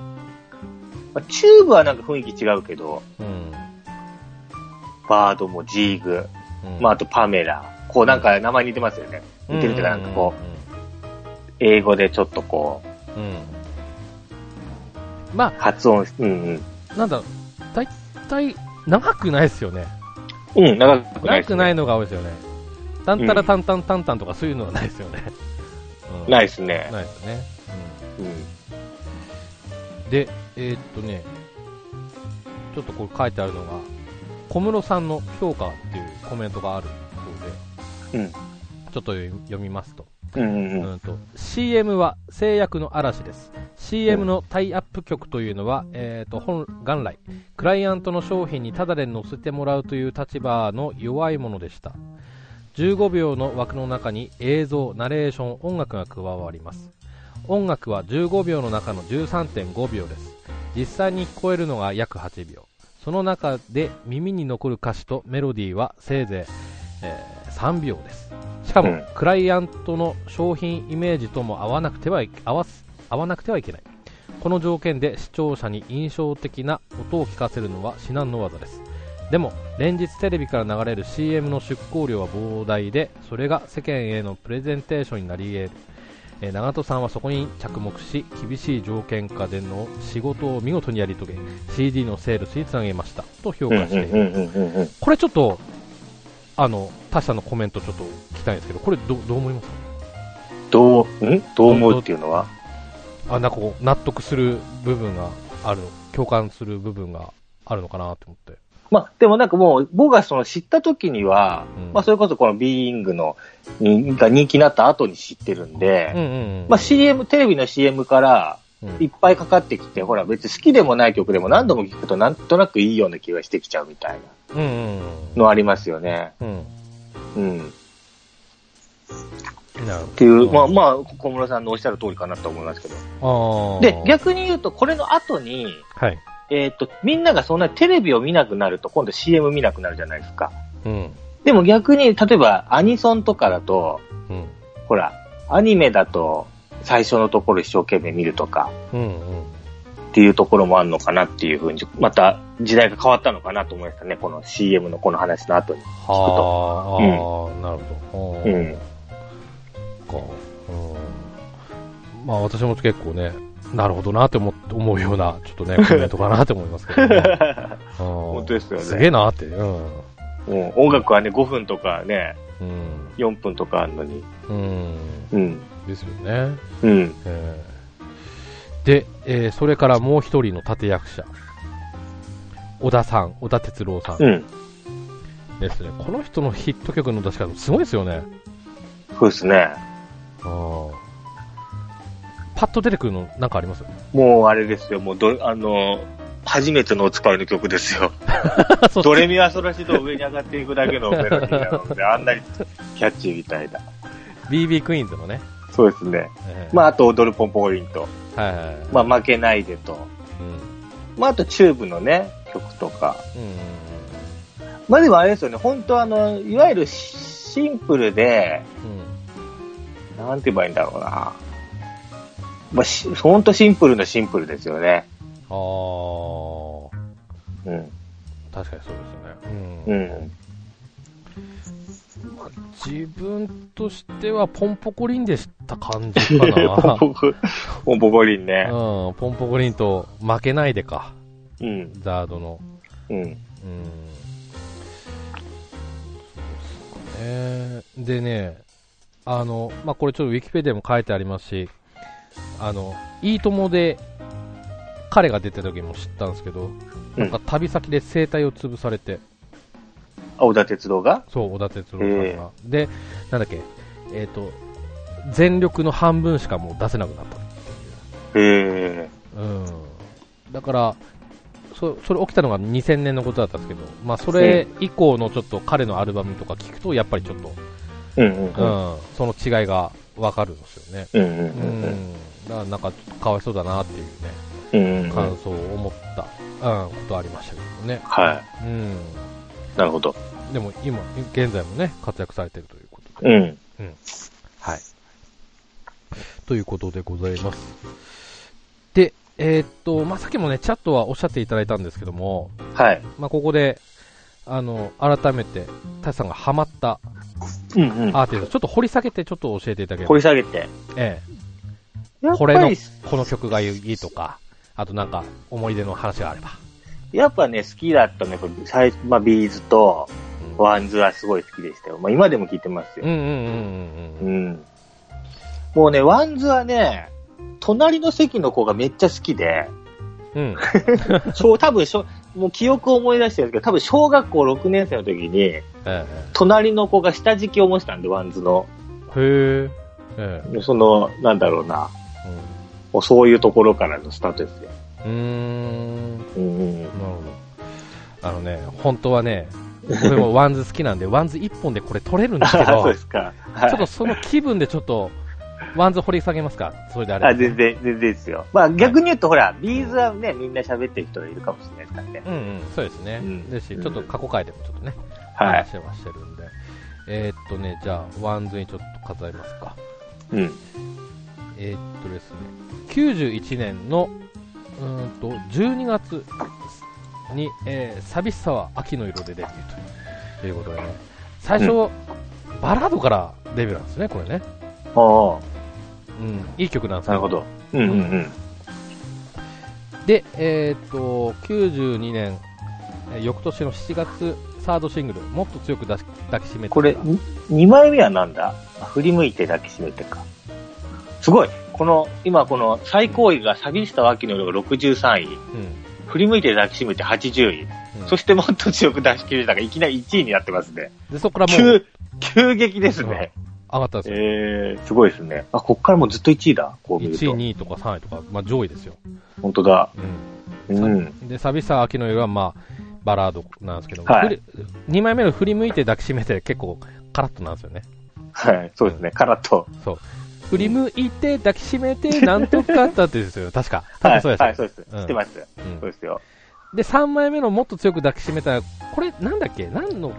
S2: まあチューブはなんか雰囲気違うけど、
S1: うん。
S2: バードもジーグ、
S1: うん
S2: まあ、あとパメラ。こう、なんか名前似てますよね。似てるっていうか、なんかこう、英語でちょっとこう、
S1: うん、うんうんま
S2: 発音、うん
S1: あ、なんだろう、大体、長くないですよね。
S2: うん。うん、長くない、。
S1: 長くないいのが多いですよね。たんたらたんたんたんたんとかそういうのはないですよね。うん
S2: ないですね。
S1: ないですね。
S2: うん。
S1: うん、で、えーっとね、ちょっとこれ書いてあるのが、小室さんの評価っていうコメントがあるそうで、
S2: うん。
S1: ちょっと読みますと。
S2: うんうんう。
S1: うんんと CM は制約の嵐です CM のタイアップ曲というのは、えー、と本元来クライアントの商品にタダで載せてもらうという立場の弱いものでした15秒の枠の中に映像ナレーション音楽が加わります音楽は15秒の中の13.5秒です実際に聞こえるのが約8秒その中で耳に残る歌詞とメロディーはせいぜい、えー3秒ですしかも、
S2: うん
S1: クライアントの商品イメージとも合わなくてはい合わす合わなくてはいけないこの条件で視聴者に印象的な音を聞かせるのは至難の技ですでも連日テレビから流れる CM の出稿量は膨大でそれが世間へのプレゼンテーションになり得るえー長門さんはそこに着目し厳しい条件下での仕事を見事にやり遂げ CD のセールスにつなげましたと評
S2: うん
S1: 価し
S2: う
S1: てい
S2: ん
S1: る、
S2: うんうんうんうん。
S1: これちょっとあの他社のコメントちょっと聞きたいんですけどこれどどう思います
S2: どう、んどう思うっていうのは
S1: あなんかこう納得する部分がある共感する部分があるのかなと思って
S2: まあ、でもなんかもう、僕がその知った時には、
S1: うん
S2: まあ、それこそこのビーイングの、にが人気になった後に知ってるんで、
S1: うんうんうん
S2: まあ、CM、テレビの CM から
S1: うん
S2: いっぱいかかってきて、ほら、別に好きでもない曲でも何度も聴くとなんとなくいいような気がしてきちゃうみたい
S1: うんうん
S2: なのありますよね。
S1: うん
S2: うん。っ
S1: うんなるほど
S2: ていう、まあまあ、小室さんのおっしゃる通りかなと思いますけど。
S1: あー
S2: で、逆に言うと、これの後に、
S1: はい
S2: えーっ、と、みんながそんなテレビを見なくなると、今度 CM 見なくなるじゃないですか。
S1: うん
S2: でも逆に、例えばアニソンとかだと、
S1: うん
S2: ほら、アニメだと最初のところ一生懸命見るとか
S1: うんうん
S2: っていうところもあるのかなっていうふうに、また時代が変わったのかなと思いましたね、この CM のこの話の後に。
S1: はあ、あーなるほど。
S2: うん
S1: か、うん。まあ私も結構ね、なるほどなって思っ思うような、ちょっとね、コメントかなって思いますけど、 ね本
S2: 本当ですよね
S1: すげえなって、うん。
S2: うん、音楽はね、5分とかね、
S1: うん。
S2: 4分とかあるのに。
S1: うん。
S2: うん。
S1: ですよね。
S2: うん。
S1: えーで、えーそれからもう一人の立役者。小田さん、小田哲郎さん
S2: うん。
S1: ですね。この人のヒット曲の出し方、すごいですよね。
S2: そうですね。
S1: ああ。パッと出てくるのなんかあります
S2: もうあれですよ、もうど、あの、初めてのお使いの曲ですよ。
S1: そっち
S2: ドレミアソラシドを上に上がっていくだけのメロディーなので、 あんなにキャッチーみたいな。
S1: BB クイーンズのね。
S2: そうですね。
S1: ええ
S2: まあ、あと、踊るポンポコリンと。
S1: はいはいはい。
S2: まあ、負けないでと。
S1: うん。うん
S2: まあ、あと、チューブのね、曲とか。
S1: うん
S2: まあ、でもあれですよね、本当あの、いわゆるシンプルで、
S1: うん。うん
S2: なんて言えばいいんだろうな。まあ、し本当シンプルのシンプルですよね。
S1: あー、
S2: うん。
S1: 確かにそうですよね。う。
S2: うんん。
S1: 自分としてはポンポコリンでした感じか
S2: ポン
S1: な。
S2: ポコ、ポンポコリンね。
S1: うん、ポンポコリンと負けないでか。
S2: うん。
S1: ザードの。
S2: うん。
S1: うん。そうですかね。でね、あの、まあ、これちょっとウィキペディアも書いてありますし、あの、いいともで彼が出てた時も知ったんですけど、なんか旅先で生態を潰されて、
S2: 青田鉄道が
S1: そう、小田哲郎さんが。で、なんだっけ、えっ、と、全力の半分しかもう出せなくなったって
S2: へえ。
S1: いう。うん。だから、そそれ起きたのが2000年のことだったんですけど、まあ、それ以降のちょっと彼のアルバムとか聞くと、やっぱりちょっと、
S2: うんうん
S1: う
S2: うん。
S1: ん、その違いがわかるんですよね。
S2: うんうん
S1: う
S2: うんうん。
S1: ん。だからなんか、かわいそうだなっていうね、
S2: うんうんうん
S1: 感。想を思った、うん、ことありましたけどね。
S2: は
S1: うん。
S2: い。なるほど。
S1: でも今、現在もね、活躍されてるということで。
S2: うん。
S1: はい。ということでございます。で、えーっと、まあ、さっきもね、チャットはおっしゃっていただいたんですけども、
S2: はい。
S1: まあ、ここで、あの、改めて、タシさんがハマった
S2: うんうん。
S1: アー ティスト、ちょっと掘り下げて、ちょっと教えていただけれ
S2: 掘
S1: ば
S2: り。下げて。
S1: ええ
S2: やっ
S1: これ
S2: ぱ
S1: の
S2: り、、
S1: この曲がいいとか、あとなんか、思い出の話があれば。
S2: やっぱね、好きだったね。これ最初、まあ、ビーズと
S1: うん
S2: ワンズはすごい好きでしたよ。まあ、今でも聴いてま
S1: う
S2: すよ。
S1: んうんうんうん
S2: う
S1: うん。
S2: ん。もうね、ワンズはね、隣の席の子がめっちゃ好 きで、
S1: うん。
S2: そう、多分しょ、もう記憶を思い出してるんですけど、多分小学校6年生の時に、
S1: え
S2: 隣の子が下敷きを持ってたんで、ワンズの。
S1: え。へえ。ええ。
S2: その、なんだろうな。
S1: うん
S2: もうそういうところからのスタートですよ。
S1: うーん、なる
S2: うんうん。
S1: ほど。あのね、本当はね、僕もワンズ好きなんで、ワ ンズ1本でこれ取れるんですけど、
S2: そうで
S1: ち
S2: すか。はい
S1: ょっとその気分でちょっと、ワンズ掘り下げますかそれであれば
S2: あ、全然、全然ですよ。まあ逆に言うと、ほら、ビーズはね、みんな喋ってる人がいるかもしれないですからね。
S1: うんうん、そうですね。
S2: うん
S1: ですし、ちょっと過去回でもちょっとね、
S2: はい。
S1: 話はしてるんで。えーっとね、じゃあ、ワンズにちょっと数えますか。
S2: うん。
S1: えーっとですね、91年の、うーんと、12月に、えー寂しさは秋の色でデビューというということでね、最初、バラードからデビューなんですね、これね。
S2: おー
S1: うん、いい曲なんです
S2: な
S1: よ
S2: るほど。うんうんうん。
S1: で、えーっと、92年、えー翌年の7月、サードシングル、もっと強く抱き抱きしめて
S2: これ、
S1: から
S2: に2枚目はなんだあ振り向いて抱きしめてか。すごい。この、今この最高位が寂しさは秋の色が63位。
S1: うん
S2: 振り向いて抱きしめて80位。
S1: うん
S2: そしてもっと強く出し切れたが、いきなり1位になってますね。
S1: で、そこからもう
S2: 急、急激ですね。
S1: 上がったんですよ。
S2: えー、すごいですね。あ、こっからもうずっと1位だ。こう見ると。
S1: 1位、2位とか3位とか、まあ上位ですよ。
S2: 本当だ。
S1: うん。
S2: うん。
S1: で、寂しさ秋の夜は、まあ、バラードなんですけど、
S2: はい
S1: 2枚目の振り向いて抱きしめて結構カラッとなんですよね。
S2: はい、そうですね。からと。
S1: そう。振り向いて抱きしめ てなんとかだってですよ。確か。確
S2: は
S1: か
S2: い、
S1: そうです、
S2: はい、そうです。
S1: うん
S2: 知ってます。
S1: うん
S2: そうですよ。
S1: で、3枚目のもっと強く抱きしめたら、これなんだっけ何の、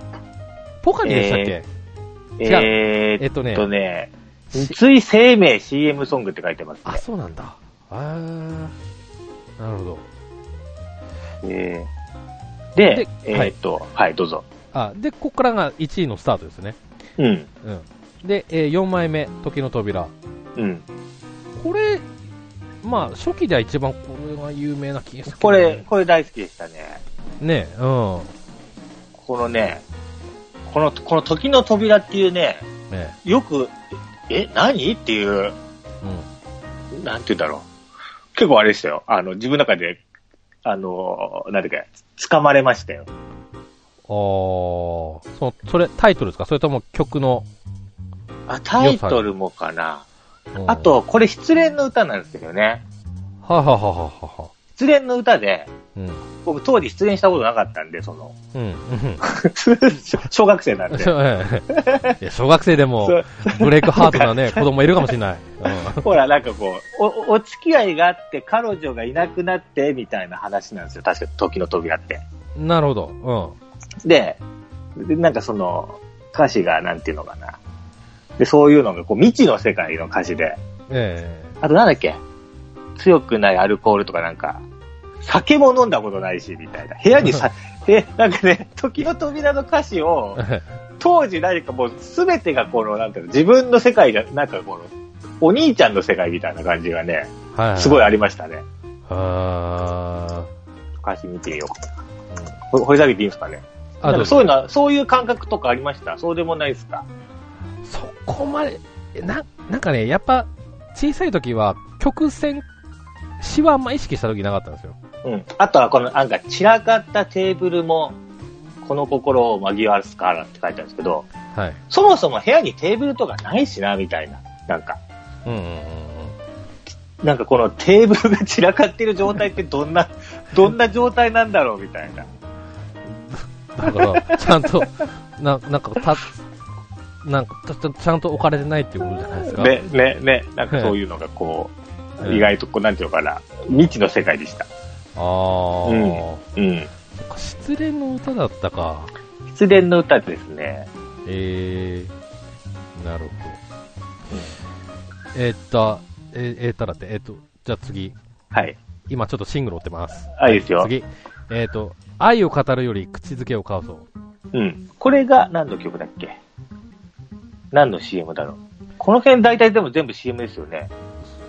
S1: ポカリでしたっけ、
S2: え
S1: えっと
S2: ー
S1: ね
S2: っ、とね、
S1: し
S2: つい生命 CM ソングって書いてます
S1: あ、そうなんだ。あー。なるほど。
S2: ね。えーで、
S1: で
S2: えーっと、はい、どうぞ。
S1: あ、で、ここからが1位のスタートですね。
S2: うん、
S1: うん。で、え4枚目、時の扉。
S2: うん。
S1: これ、まあ、初期では一番これが有名な気がするけどね、
S2: これ、これ大好きでしたね。
S1: ね、うん。
S2: このね、この、この時の扉っていうね、
S1: ね、
S2: よく、え、何っていう、
S1: う
S2: なんて言うんだろう。結構あれでしたよ。あの、自分の中で、あの、なんていうか、掴まれましたよ。
S1: ん。ああ、その、それ、タイトルですかそれとも曲の。
S2: あ、タイトルもかな。
S1: うん
S2: あ、と、これ失恋の歌なんですよね。
S1: はははははは。
S2: 失恋の歌で、
S1: うん。
S2: 僕当時失恋したことなかったんで、その、
S1: うん。
S2: 小学生なん
S1: うん。
S2: で。
S1: そうええいや、小学生でも
S2: そ、う
S1: ブレイクハートなね、子供いるかもしれない。うん
S2: ほら、なんかこう、お、お付き合いがあって、彼女がいなくなって、みたいな話なんですよ。確か、時の扉って。
S1: なるほど。
S2: で、でなんかその、歌詞が、なんていうのかな。で、そういうのが、こう、未知の世界の歌詞で。
S1: うん。え
S2: あと、なんだっけ強くないアルコールとかなんか、酒も飲んだことないし、みたいな。部屋に さ、で、なんかね、時の扉の歌詞を
S1: え、
S2: 当時何かもう全てがこの、なんていうの、自分の世界じゃ、なんかこの、お兄ちゃんの世界みたいな感じがね、
S1: はは
S2: すごいあ。りましたね。
S1: あ
S2: 歌詞見てみよう。
S1: ーうん
S2: ほ掘り下げていいんですかね。
S1: あ、
S2: な
S1: ど
S2: ん
S1: う
S2: か
S1: ぞ
S2: そういうの、そういう感覚とかありましたそうでもないですか
S1: そこまで、えな、なんかね、やっぱ、小さい時は、曲線、詩はあんま意識した時なかったんですよ。
S2: うん。あとはこの、なんか散らかったテーブルも、この心を紛らわすからって書いてあるんですけど、
S1: はい。
S2: そもそも部屋にテーブルとかないしな、みたいな。なんか、
S1: うんうんうん
S2: なんかこのテーブルが散らかってる状態ってどん な、どんな状態なんだろう、みたいな。
S1: うん。だから、ちゃんと、 な、なんか、た、なんか、ちょっとちゃんと置かれてないっていうことじゃないですか。
S2: ね、ね、ね、なんかそういうのがこう、
S1: うん
S2: 意外とこう、なんていうのかな、未知の世界でした。
S1: ああ、
S2: うん
S1: そ
S2: うん。
S1: っか失恋の歌だったか。
S2: 失恋の歌ですね。
S1: えー、なるほど。えー、っと、えー、えー、ったらって、えー、っと、じゃあ次。
S2: はい。
S1: 今ちょっとシングル追ってます。
S2: あ、いいですよ。
S1: 次。えっ、と、愛を語るより口づけを交わそう。
S2: うん。これが何の曲だっけ何の CM だろうこの辺大体でも全部 CM ですよね。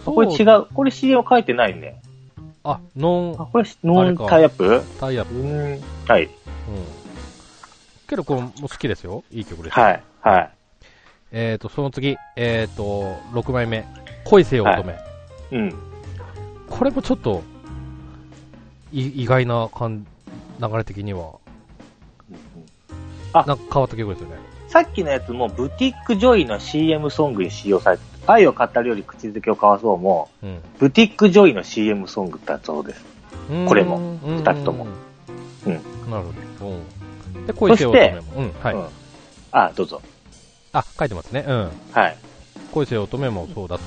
S2: これ違
S1: う。
S2: う。これ CM 書いてないね。
S1: あ、ノ
S2: あ、
S1: ン
S2: これノンタイアップ
S1: タイアップ。
S2: う
S1: うん。
S2: ーん。はい。
S1: けど、これも好きですよ。いい曲です。
S2: はい。は
S1: えっ、と、その次、えっ、と、6枚目、恋せよ乙女。
S2: い。うん。
S1: これもちょっと、い意外な感流れ的には、なんか変わった曲ですよね。
S2: さっきのやつもブティック・ジョイの CM ソングに使用されて、愛を語るより口づけを交わそうも、
S1: うん。
S2: ブティック・ジョイの CM ソングだそうです。これも二つとも。
S1: う
S2: うんん。
S1: なるほど。うんで、恋せよ乙女も。うん、はい、
S2: うんあ、どうぞ。
S1: あ、書いてますね。うん。
S2: はい。
S1: 恋せよ乙女もそうだと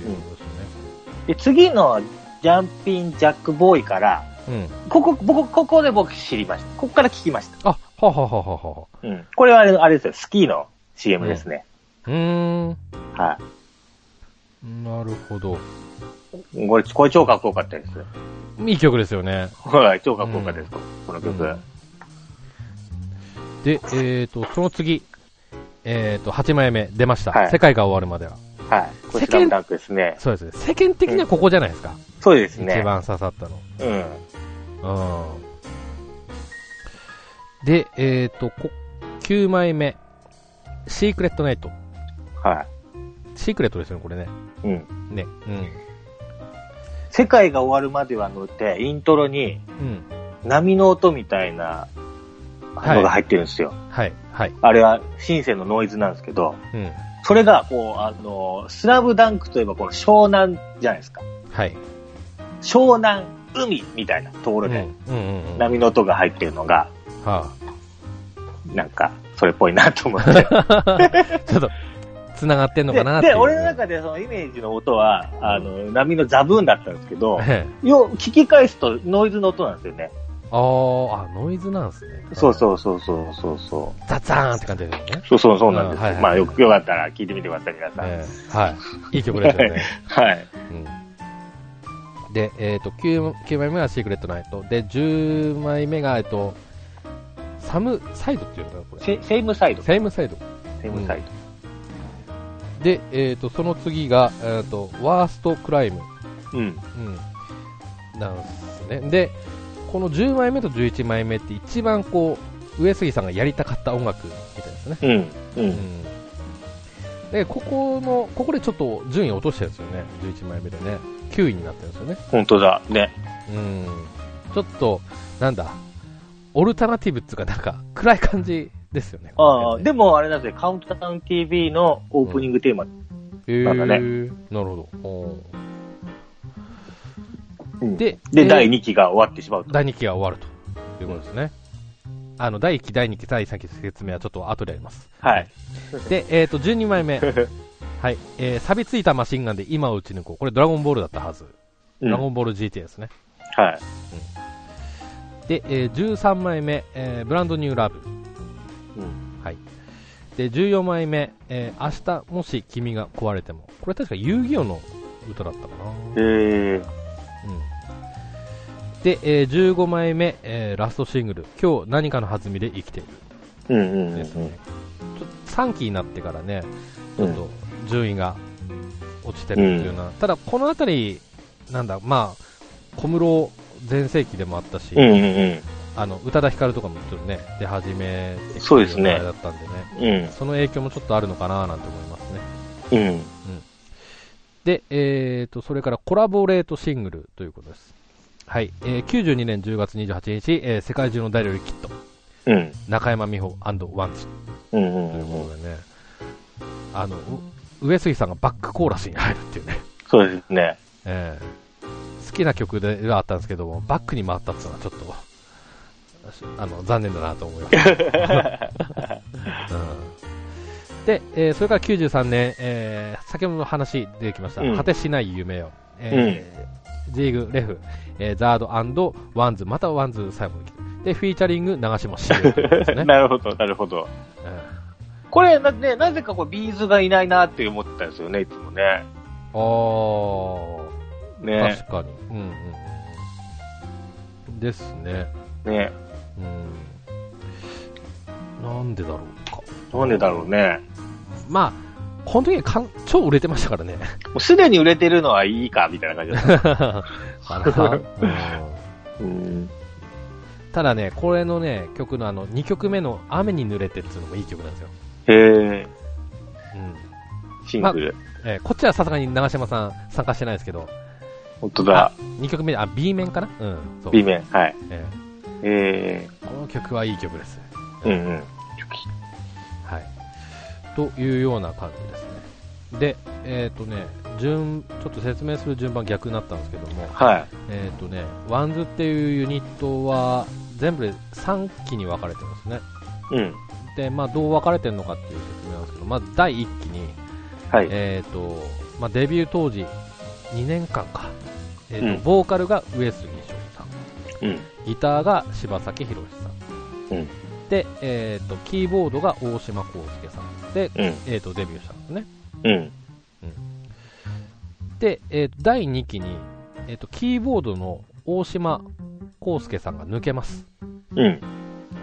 S1: いうことです
S2: で、次のジャンピン・ジャック・ボーイから、
S1: よね。
S2: ここ、僕、ここで僕知りました。ここから聞きました。
S1: うん。あ、はあはあはあはあはあ
S2: うん。これはあれあれですよ、スキーの CM ですね。
S1: うー
S2: は
S1: ん。なるほど。
S2: い。これ、これ超かっこよかったです。
S1: いい曲ですよね。
S2: はい、超かっこよかったです、この曲。
S1: うんで、えっ、と、その次、えっ、と、8枚目出ました、
S2: はい
S1: 世界が終わるまでは。
S2: はい。こ
S1: 世
S2: れ、
S1: 間
S2: スラムダンクですね。
S1: そうですね。世間的にはここじゃないですか。
S2: そうですね。
S1: 一番刺さったの。
S2: うん。
S1: うん。で、えっ、と、こ9枚目、シークレットナイト。
S2: は
S1: シークレットですよね、これね。
S2: い。うん。
S1: ね。
S2: 世界が終わるまではのって、イントロに
S1: うん。
S2: 波の音みたいな
S1: はい
S2: のが入ってるんですよ。
S1: うん。はい、はい。
S2: あれはシンセのノイズなんですけど、
S1: うん。
S2: それがこう、あの、スラムダンクといえばこの湘南じゃないですか。
S1: はい。
S2: 湘南海みたいなところで
S1: うんうんうんうん。は
S2: 波の音が入ってるのが、
S1: あ、
S2: なんか、それっぽいなと思って。
S1: ちょっと、繋が ってんのかなって
S2: で
S1: いう
S2: で、俺の中でそのイメージの音は、あの、波のザブーンだったんですけど、
S1: ええ
S2: よ、聞き返すとノイズの音なんですよね。
S1: あーあ、ノイズなんですね。
S2: そう
S1: う。
S2: そうそうそうそうそう。
S1: ザザーンって感じですよね。
S2: そうそうそうなんですよ。
S1: うんはいはい
S2: まあよくよかったら聞いてみてください、皆さん。
S1: ええはい。いい曲ですよ ね。
S2: はい。
S1: うん、で、えっ、と9、9枚目はシークレットナイト。で、10枚目が、えっ、と、サムサイドっていうのかな、これ。
S2: セセイムサイド。セ
S1: サイムサイド。
S2: イムサイド。
S1: で、えっ、と、その次が、えっ、と、ワーストクライム。
S2: うん。
S1: うん。なんすね。で、この10枚目と11枚目って一番こう、上杉さんがやりたかった音楽みたいですね。
S2: うん。う。
S1: うんん。で、ここの、ここでちょっと順位落としてるんですよね。11枚目でね。9位になってるんですよね。
S2: 本当だ。ね。
S1: うん。ちょっと、なんだ、オルタナティブっていうか、なんか、暗い感じですよね。
S2: ああ、で
S1: も、
S2: もあれなんですね、カウントダウン TV のオープニングテーマ。
S1: えー、
S2: なんかね
S1: なるほど。おー
S2: うん
S1: で、
S2: で、
S1: えー
S2: 第2期が終わってしまうと。
S1: 第2期が終わるということですね。あの、第1期、第2期、第3期の説明はちょっと後でやり ます。
S2: はい。
S1: で、えっ、と、12枚 目。はい。えー、錆びついたマシンガンで今を撃ち抜こう。これドラゴンボールだったはず。
S2: う
S1: ド
S2: ん
S1: ラゴンボール GT ですね。
S2: はい。
S1: で、えー13枚目、えーブランドニューラブ。
S2: うん
S1: はい。で、14枚目、えー明日もし君が壊れても。これ確か遊戯王の歌だったか な。うん。
S2: えー、
S1: で、えー15枚目、えーラストシングル、今日何かの弾みで生きている。
S2: うんうんうん
S1: ですね。ちょっと3期になってからね、ちょっと順位が落ちてるっていうのは、ただこのあたり、なんだ、まあ、小室全盛期でもあったし、
S2: うん。うんうん
S1: あの宇多田ヒカルとかもちょっとね、出始めて
S2: そうですね
S1: あれだったんでね、
S2: うん。
S1: その影響もちょっとあるのかななんて思いますね。
S2: うん。
S1: で、えー、と、それからコラボレートシングルということです。はい、えー92年10月28日、えー世界中の誰よりきっと、
S2: うん。
S1: 中山美穂ワンツ
S2: うんう
S1: というんこ
S2: うん。
S1: とでね、あの、う上杉さんがバックコーラスに入るっていうね、
S2: そうですね。
S1: えー好きな曲ではあったんですけども、バックに回ったっていうのはちょっと、あの、残念だなと思い ます。うんで、えーそれから93年、えー先ほどの話出てきました、
S2: うん
S1: 果てしない夢よ。えージーグ、レフ、えーザードワンズ、またはワンズ最後に来てで、フィーチャリング、長島茂ということです ね。
S2: なるほど、なるほど。
S1: うん
S2: これ、な、ね、なぜかこう、ビーズがいないなって思ってたんですよね、いつもね。
S1: あー、
S2: ね。
S1: 確かに。うんうんうん。ですね。
S2: ね。
S1: うん。なんでだろうか。
S2: なんでだろうね。
S1: まあ、この時かん超売れてましたからね。
S2: もうすでに売れてるのはいいか、みたいな感じだった。
S1: かな、うん
S2: うん。
S1: ただね、これのね、曲のあの、2曲目の雨に濡れてっていうのもいい曲なんですよ。
S2: へえ、
S1: うん。
S2: シングル。
S1: えーこっちはさすがに長嶋さん参加してないですけど、
S2: 本当だ。
S1: 2曲目、あ、B 面かなうん、そう。
S2: B 面。はい。
S1: え
S2: え
S1: ーこの曲はいい曲です。
S2: ー、うんうん。
S1: はい。というような感じですね。で、えっ、とね、順、ちょっと説明する順番逆になったんですけども、
S2: は
S1: えっ、とね、ワンズっていうユニットは、全部で3期に分かれてますね。
S2: い。うん。
S1: で、まあ、どう分かれてるのかっていう説明なんですけど、まず第1期に、
S2: はい。
S1: えーとまあ、デビュー当時2年間か、えーと
S2: うん
S1: ボーカルが上杉翔さん
S2: うん。
S1: ギターが柴崎宏さん
S2: うん。
S1: で、えー、とキーボードが大島康介さんで、
S2: うん。
S1: えー、とデビューしたんですね
S2: うん。
S1: で、えーと第2期に、えー、とキーボードの大島康介さんが抜けます
S2: うん。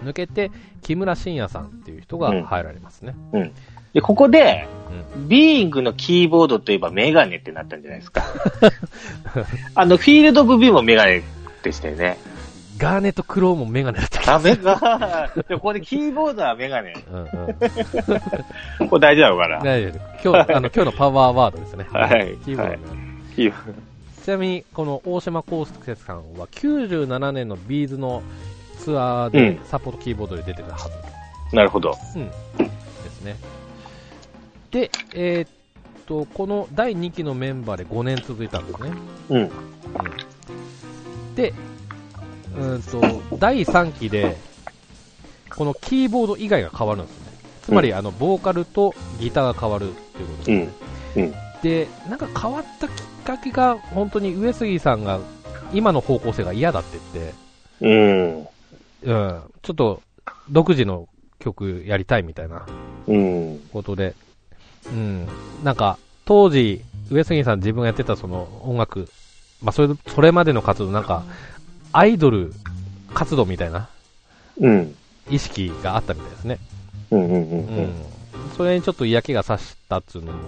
S1: 抜けて木村信也さんっていう人が入られますね、
S2: で、ここで、
S1: う
S2: ビーイングのキーボードといえばメガネってなったんじゃない ですか。あの、フィールド・オブ・ビューもメガネでしたよね。
S1: ガーネット・クローもメガネだった気が
S2: ダメ か。でもここでキーボードはメガネ。
S1: うんうん、
S2: これ大事なのかな。
S1: 大丈夫今日あの今日のパワーワードですね、
S2: はい
S1: キーボードのメガネ
S2: キーボー
S1: ちなみにこの大島康介さんは97年のビーズのツアーで
S2: う
S1: サポートキーボードで出てたはず
S2: ドなるほど。
S1: ですね、で、えーっとこの第2期のメンバーで5年続いたんですね
S2: うん。
S1: でうーんと第3期でこのキーボード以外が変わるんですねつまりあのボーカルとギターが変わるということ
S2: う
S1: で,、
S2: ん。
S1: でなんか変わったきっかけが本当に上杉さんが今の方向性が嫌だって言って
S2: うん。
S1: うん、ちょっと独自の曲やりたいみたいな
S2: うん。
S1: ことで、うん、なんか当時、上杉さん自分がやってたその音楽、まあ、それそれまでの活動、なんかアイドル活動みたいな
S2: うん。
S1: 意識があったみたいですね、
S2: うん。うん。う。
S1: うんん、それにちょっと嫌気がさしたっていうのも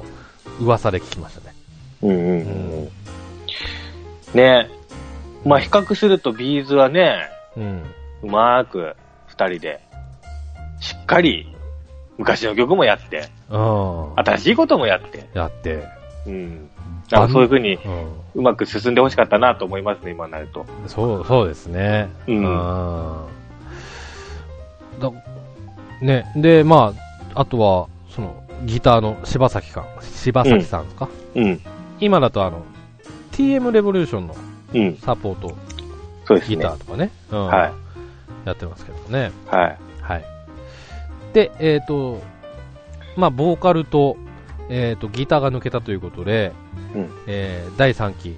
S1: 噂で聞きましたね。
S2: うん。うん。ねまあ、比較するとビーズはね、
S1: うん
S2: うまーく二人で、しっかり昔の曲もやって、
S1: うん、
S2: 新しいこともやって、
S1: やって、
S2: うん。なんかそういう風に
S1: う
S2: うまく進んでほしかったなと思いますね、今になると。
S1: ん、そうそうですね、
S2: うん。
S1: あーだね、で、まあ、あとは、その、ギターの柴崎さん、柴崎さんですか、
S2: うん。
S1: 今だとあの、TM レボリューションの
S2: うん。
S1: サポート、
S2: そうですね。
S1: ギターとかね、うん
S2: はい。
S1: やってますけどね。
S2: はい。
S1: はい。で、えっ、と、まあ、ボーカルと、えっ、と、ギターが抜けたということで、
S2: うん
S1: えー第3期、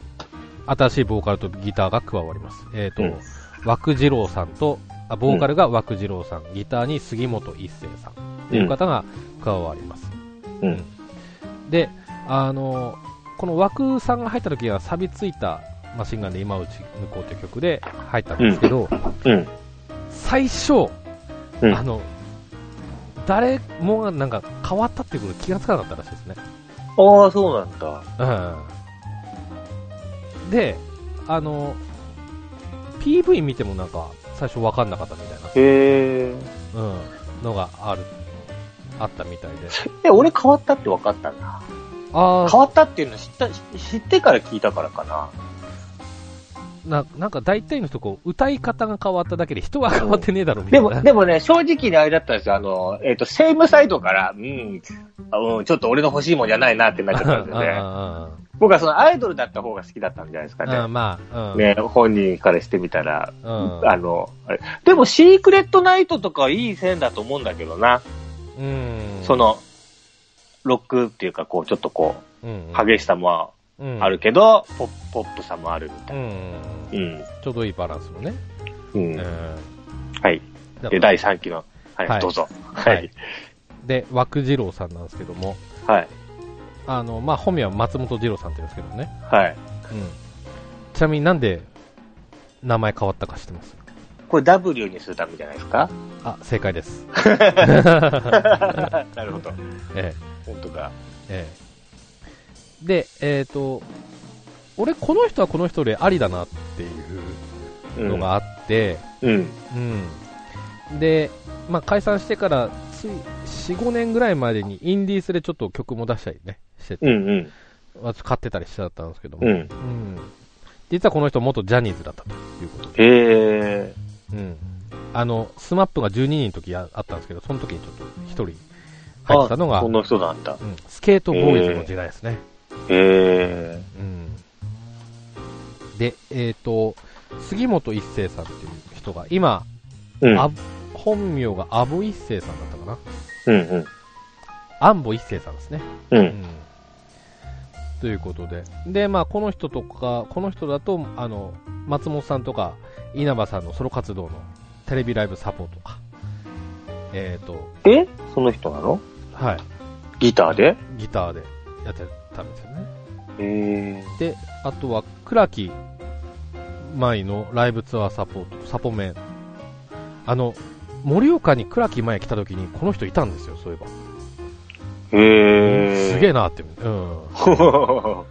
S1: 新しいボーカルとギターが加わります。えっ、と、
S2: うん
S1: 枠次郎さんと、あボーカルが枠次郎さん、ギターに杉本一生さんという方が加わります。
S2: うん。
S1: で、あの、この枠さんが入った時は錆びついたマシンガンで今打ち抜こうという曲で入ったんですけど、
S2: うん。
S1: 最初、
S2: うん
S1: あの、誰もがなんか変わったっていうことに気がつかなかったらしいですね。
S2: ああ、そうなんだ。
S1: うん。で、あの、PV 見てもなんか最初わかんなかったみたい
S2: へえ。
S1: な、うん、のがある、あったみたいで。
S2: え、俺変わったって分かったんだ。
S1: あ
S2: 変わったっていうの知った、知ってから聞いたからかな。
S1: あ、ななんか大体の人こう、歌い方が変わっただけで人は変わってねえだろみた
S2: で
S1: いな。
S2: も、でもね、正直にあれだったんですよ。あの、えっ、と、セームサイドから、うん、あうん、ちょっと俺の欲しいもんじゃないなってなっちゃったんですよね。
S1: う
S2: 僕はそのアイドルだった方が好きだったんじゃないですか
S1: んうんうんうん
S2: ね。
S1: まあ、うん。
S2: ね、本人からしてみたら、
S1: うん。
S2: あの、あれでもシークレットナイトとかはいい線だと思うんだけどな。
S1: うん。
S2: その、ロックっていうか、こう、ちょっとこ
S1: うん、
S2: う、激しさも
S1: うん
S2: あるけど、ポップポップさもあるみ
S1: う
S2: たい
S1: ん
S2: な。
S1: うん。
S2: うん。
S1: ちょうどいいバランスのね。
S2: うん。
S1: うん
S2: はい。
S1: だか
S2: で、
S1: ら
S2: 第3期の、はい、
S1: はい
S2: どうぞ。は
S1: はいい。で、枠次郎さんなんですけども、
S2: はい。
S1: あの、まあ、本名は松本次郎さんって言うんですけどね。
S2: はい。
S1: うん。ちなみになんで、名前変わったか知ってます
S2: これ W にするためじゃないです か
S1: あ、正解 です。
S2: なるほど。
S1: ええ
S2: 本当だ。
S1: ええで、えっ、と、俺、この人はこの人でありだなっていうのがあって、
S2: うん。
S1: うん。で、まあ、解散してから、つい4、5年ぐらいまでにインディースでちょっと曲も出したりね、してて、
S2: うんうん。
S1: 私買ってたりしてたんですけども、
S2: う
S1: う
S2: ん。
S1: ん実はこの人元ジャニーズだったということで、
S2: へえ。
S1: うん、あの、スマップが12人の時ああったんですけど、その時にちょっと1人入ってたの
S2: あ
S1: が、
S2: この人なんだ。
S1: うん、スケートボーイズの時代ですね。
S2: へえ。
S1: うん、で、えっ、と、杉本一生さんっていう人が、今、
S2: うん。
S1: あ本名がアボ一生さんだったかな。
S2: うんうん。
S1: アンボ一生さんですね。
S2: う。
S1: うんんということで。で、まあ、この人とか、この人だと、あの、松本さんとか、稲葉さんのソロ活動のテレビライブサポートとか、えっ、と、
S2: で、その人なの
S1: はい、
S2: ギターで
S1: ギターでやってたんですよね。
S2: へえ。
S1: で、あとは、倉木舞のライブツアーサポート、サポメン。あの、盛岡に倉木舞来た時に、この人いたんですよ、そういえば。
S2: へえ。
S1: すげえ
S2: え。
S1: なって、うん、っ
S2: ほほほほ。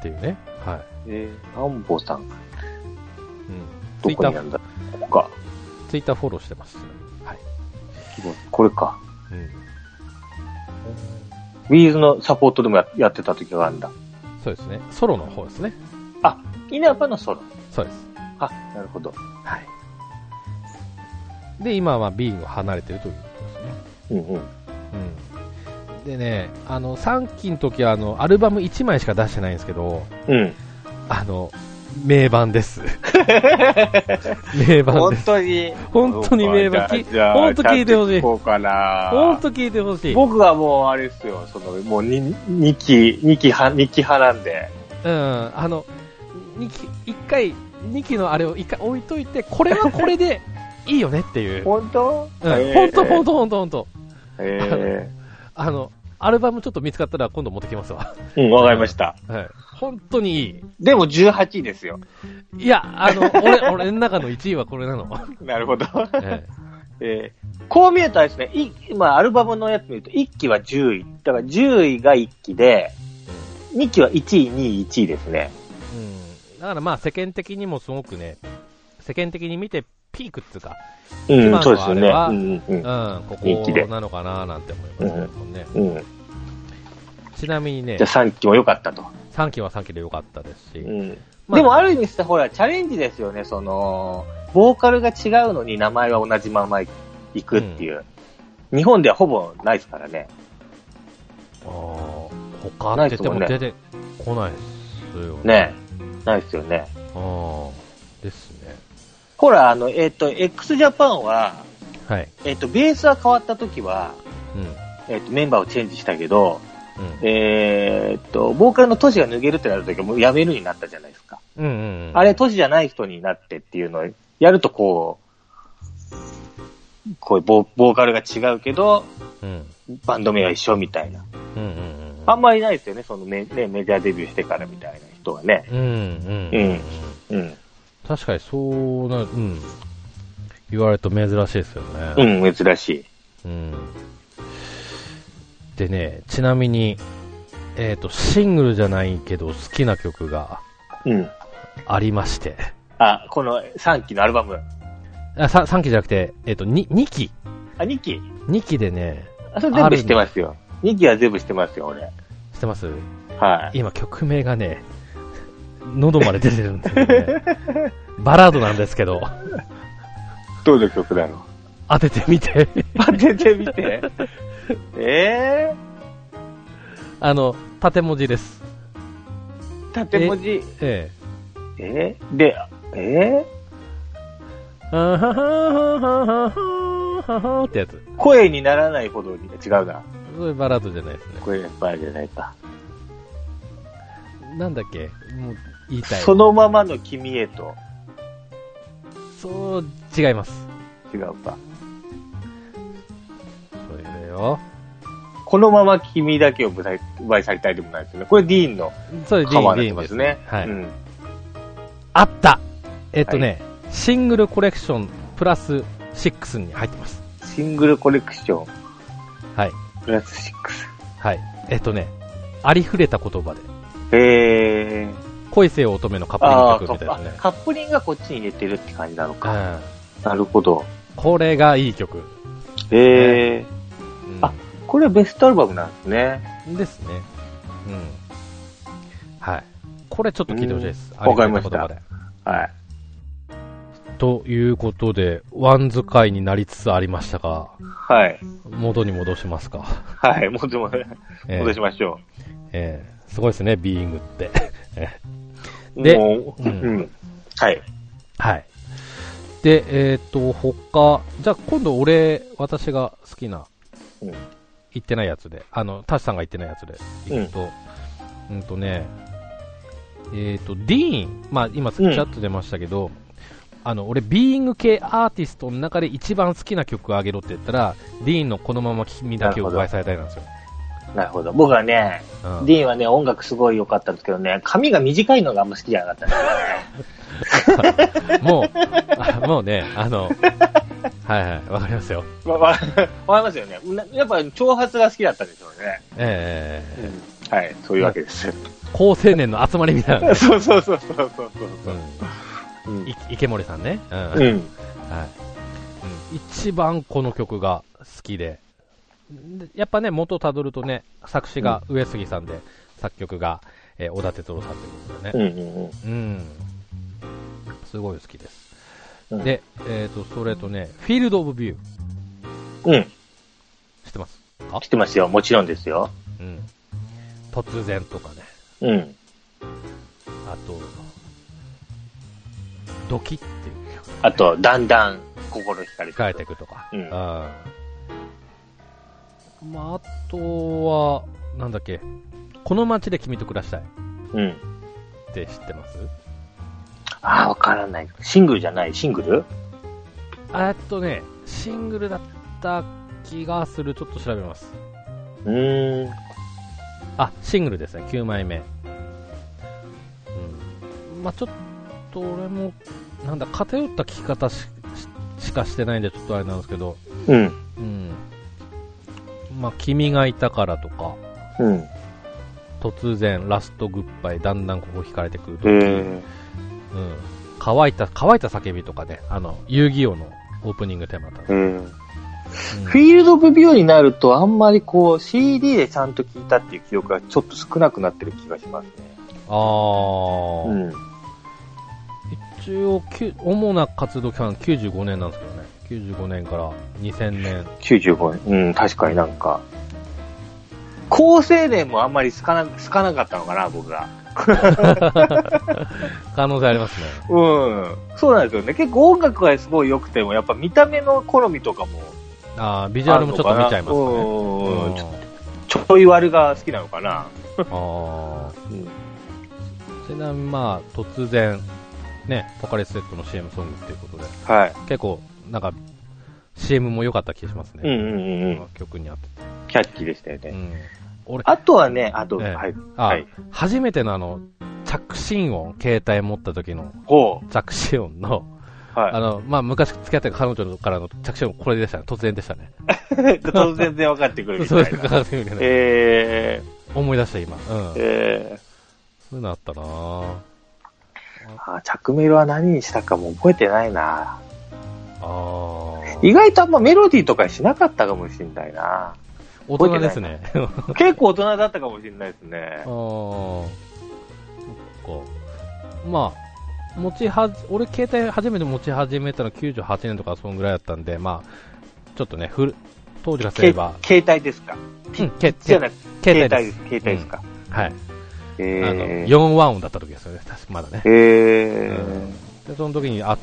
S1: ていうね。はい。
S2: えー、アンボさん、
S1: うん。
S2: ど
S1: ツイッ
S2: こ
S1: タ
S2: にあ
S1: ー、
S2: るんだここか。
S1: ツイッターフォローしてます。はい。
S2: これか。
S1: うん。
S2: ウィーズのサポートでもややってた時があるんだ。
S1: そうですね。ソロの方ですね。
S2: あ、稲葉のソロ。
S1: そうです。
S2: あ、なるほど。
S1: はい。で、今はビーンを離れてるということですね。
S2: うんうん。
S1: うん。でね、あの、3期の時は、あの、アルバム1枚しか出してないんですけど、
S2: うん。
S1: あの、名盤 です。名盤です。
S2: 当に。
S1: 本当に名盤。き本当聞いてほしい。
S2: こうかな。
S1: 本当聞いてほしい。
S2: 僕はもうあれですよ、その、もうに二期、二期派、二期派なんで。
S1: うん、あの、2期、1回、2期のあれを1回置いといて、これはこれでいいよねっていう。 うん、
S2: 本当
S1: 本当本当本当本当
S2: 当。え
S1: あの、アルバムちょっと見つかったら今度持ってきますわ。
S2: え。うん、わかりました。
S1: はい。本当にい
S2: でも18位ですよ。
S1: い。いや、あの、 俺、俺の中の1位は これなの。
S2: なるほど。
S1: ええ
S2: えーこう見えたらですね、いまあ、アルバムのやつ見ると、1期は10位。だから10位が1期で、2期は1位、2位、1位ですね。
S1: うん。だからまあ世間的にもすごくね、世間的に見てピークっていうか、
S2: う
S1: 今
S2: ん、そうです
S1: のあ
S2: よ
S1: れ
S2: ね。
S1: は
S2: うん、う
S1: うんん、こ
S2: 人気で
S1: こなのかななんて思いますけどもね。
S2: うん、うん。
S1: ちなみにね
S2: じゃあ、3期も良かったと。
S1: 3期は3期で良かったですし、
S2: うん。
S1: ま
S2: でも、ある意味して、ほら、チャレンジですよね、その、ボーカルが違うのに名前は同じままいくっていう。日本ではほぼないですからね。
S1: あー他って言っても出てこないですよね。
S2: ねないですよね。
S1: あーですね。
S2: ほら、あの、えっ、と、x ジャパンは、
S1: はい。
S2: えっ、と、ベースは変わった時は、
S1: うん。うん。
S2: えっ、と、メンバーをチェンジしたけど、えーっと、ボーカルの都市が抜けるってなるときはもうやめるになったじゃないですか。
S1: うんうんうん。
S2: あれ、都市じゃない人になってっていうのをやるとこう、こういうボボーカルが違うけど、
S1: うん。
S2: バンド名は一緒みたいな。
S1: うんうんうん。
S2: あんまりないですよね、そのメ,、ね、メジャーデビューしてからみたいな人はね。
S1: うんうん。
S2: う
S1: うんん。
S2: うん。
S1: 確かにそうな、うん。言われると珍しいですよ
S2: う
S1: ね。
S2: ん、珍しい。
S1: うん。でね、ちなみに、えっ、と、シングルじゃないけど好きな曲が
S2: うん。
S1: ありまして、
S2: あ、この3期のアルバム。
S1: あ 3, 3期じゃなくて、えっ、と2、2期。
S2: あ、2期
S1: 2期でね、
S2: あ、それ全部してますよ。2期は全部してますよ、俺。
S1: してます
S2: はい。
S1: 今曲名がね、喉まで出てるんですけどね。バラードなんですけど、
S2: どういう曲だろう。
S1: 当ててみて。
S2: 当ててみ て。え
S1: あの、縦文字です。
S2: ー、縦文字。
S1: え
S2: えー、で、え
S1: え。あははははははってやつ。
S2: ー、声にならないほどに、違うな。
S1: そういうバラードじゃないですね。
S2: 声いっぱいじゃないか。
S1: なんだっけもう言いたい。
S2: そのままの君へと、
S1: そう、違います。
S2: 違うか。
S1: そういうよ。
S2: このまま君だけを奪い奪い去りたいでもないですよね。これディーンの
S1: それ、リ
S2: カバ
S1: ン、
S2: ーになっ
S1: リ
S2: て
S1: ン
S2: ま
S1: ですす
S2: ね
S1: ね。。はい。
S2: うん。
S1: あったえっとね、シングルコレクションプラス6に入ってます。
S2: シングルコレクション
S1: はい。
S2: プラス
S1: はい。えっとね、ありふれた言葉で、
S2: 6。へえ。
S1: 恋せよ乙女のカップリン
S2: ああ
S1: グ曲みたいな
S2: ー、
S1: ね。
S2: カップリングがこっちに入れてるって感じなの
S1: う
S2: か。
S1: ん。
S2: なるほど。
S1: これがいい曲。
S2: へえ。
S1: うん
S2: あこれはベストアルバムなんですね。
S1: ですね。うん。はい。これちょっと聞いてほしいです。
S2: んわかりました
S1: ありがたい言葉
S2: はい。
S1: でということで、ワン使いになりつつありましたが、
S2: はい。
S1: 元に戻しますか。
S2: はい。もうでも、
S1: え
S2: 戻
S1: え
S2: しましょ
S1: ええすごいですね、ビーイングって。
S2: う。
S1: で
S2: もう、
S1: う
S2: うんん。はい。
S1: はい。で、えっ、と、他、じゃあ今度俺、私が好きな、
S2: うん
S1: 行ってないやつで、あの、タシさんが行ってないやつで、行くと、うん、とね、えっ、と、ディーン、まあ今ち
S2: うん
S1: らっと出ましたけど、あの、俺、ビーイング系アーティストの中で一番好きな曲をあげろって言ったら、ディーンのこのまま君だけを奪いされたいなんですよ。
S2: なるほど。僕はね、
S1: うん
S2: ディーンはね、音楽すごい良かったんですけどね、髪が短いのがあんま好きじゃなかったんですよ ね。
S1: もう、あもう ね、あの、はいはい、わかりますよ。
S2: わ、わ、わかりますよね。なやっぱ、長髪が好きだったんでしょうね。
S1: ええ
S2: はい、そういうわけです。。
S1: 高青年の集まりみたいな
S2: そうそうそうそうそうそう
S1: う
S2: そう。
S1: ん、
S2: うん
S1: い池森さんね、うん
S2: う
S1: はい
S2: ん。
S1: うん、一番この曲が好きで、でやっぱね、元たどるとね、作詞が上杉さんで、作曲が、えー小田哲郎さんということで
S2: う
S1: ね、
S2: んうん
S1: うん、すごい好きです。
S2: うん。
S1: で、えっ、と、それとね、フィールド・オブ・ビュー、
S2: うん。
S1: 知ってます、
S2: 来てますよ。もちろんですよ。
S1: うん、突然とかね、
S2: うん。
S1: あと、ドキっていう
S2: あと、だんだん心惹かれてく
S1: 控え
S2: る
S1: ていくとか。
S2: うん
S1: まあ、あとは、なんだっけ、この街で君と暮らしたい
S2: うん。
S1: って知ってます
S2: ああ、わからない。シングルじゃないシングル
S1: あえっとね、シングルだった気がする、ちょっと調べます。
S2: うーん。
S1: あ、シングルですね、9枚目。うん。まあ、ちょっと俺も、なんだ、偏った聞き方しししかしてないんで、ちょっとあれなんですけど、
S2: うん。
S1: うん。まあ、君がいたからとか、
S2: うん。
S1: 突然、ラストグッバイ、だんだんここ惹かれてくると
S2: へえ。
S1: うん、乾いた、乾いた叫びとかね、あの、遊戯王のオープニングテーマだ、
S2: へえ。
S1: うん
S2: フィールド・オブ・ビューになると、あんまりこう、CD でちゃんと聞いたっていう記憶がちょっと少なくなってる気がしますね。
S1: あー、
S2: うん。
S1: 一応、きゅ主な活動期間95年なんですけどね。95年から2000年。
S2: 95年。うん、確かになんか。高青年もあんまり好かな、好かなかったのかな、僕が。
S1: 可能性ありますね。
S2: うん。そうなんですよね。結構音楽がすごい良くても、やっぱ見た目の好みとかも。
S1: あー、ビジュアルもちょっと見ちゃいますね。
S2: うん。
S1: うん
S2: ちょい悪が好きなのかな。
S1: あ
S2: うん。
S1: ーちなみに、まあ、突然、ね、ポカリスエットの CM ソングっていうことで、
S2: はい。
S1: 結構、なんか、CM も良かった気がします
S2: うん
S1: ね。
S2: うんうんうん。
S1: 曲にあってて。
S2: キャッチーでしたよね。
S1: うん、俺、
S2: あとはね、あと、
S1: ええ
S2: はい。
S1: あ、
S2: はい
S1: 初めてのあの、着信音、携帯持った時の
S2: ほ
S1: 着信音の、
S2: う。はい
S1: あ。の、まあ、昔付き合ってた彼女からの着信音、これでしたね。突然でしたね。
S2: 突然全然分かってくるみ
S1: そう
S2: た
S1: で
S2: い
S1: す
S2: な。
S1: か、そういうね
S2: え
S1: 思い出した、今。うん。
S2: ー、
S1: そう
S2: え
S1: いうのあったなぁ
S2: ー、あー着メロは何にしたかも覚えてないな。
S1: あ
S2: 意
S1: ー。
S2: 外とあんまメロディーとかしなかったかもしんないな。
S1: 大人ですね。
S2: 結構大人だったかもしれないです
S1: あ。
S2: ね
S1: ー。そっか。まあ、持ちはじ、俺携帯初めて持ち始めたの98年とかそのぐらいだったんで、まあ、ちょっとね、古当時からす
S2: け
S1: れば、
S2: 携帯ですか
S1: うんけ
S2: じゃ
S1: け
S2: なく
S1: 携帯
S2: 携帯
S1: で
S2: ですす。。携帯ですか。
S1: はい。あの、
S2: えー、
S1: 4和音だった時ですよね、確かまだね。
S2: え
S1: うんで、その時に、あ、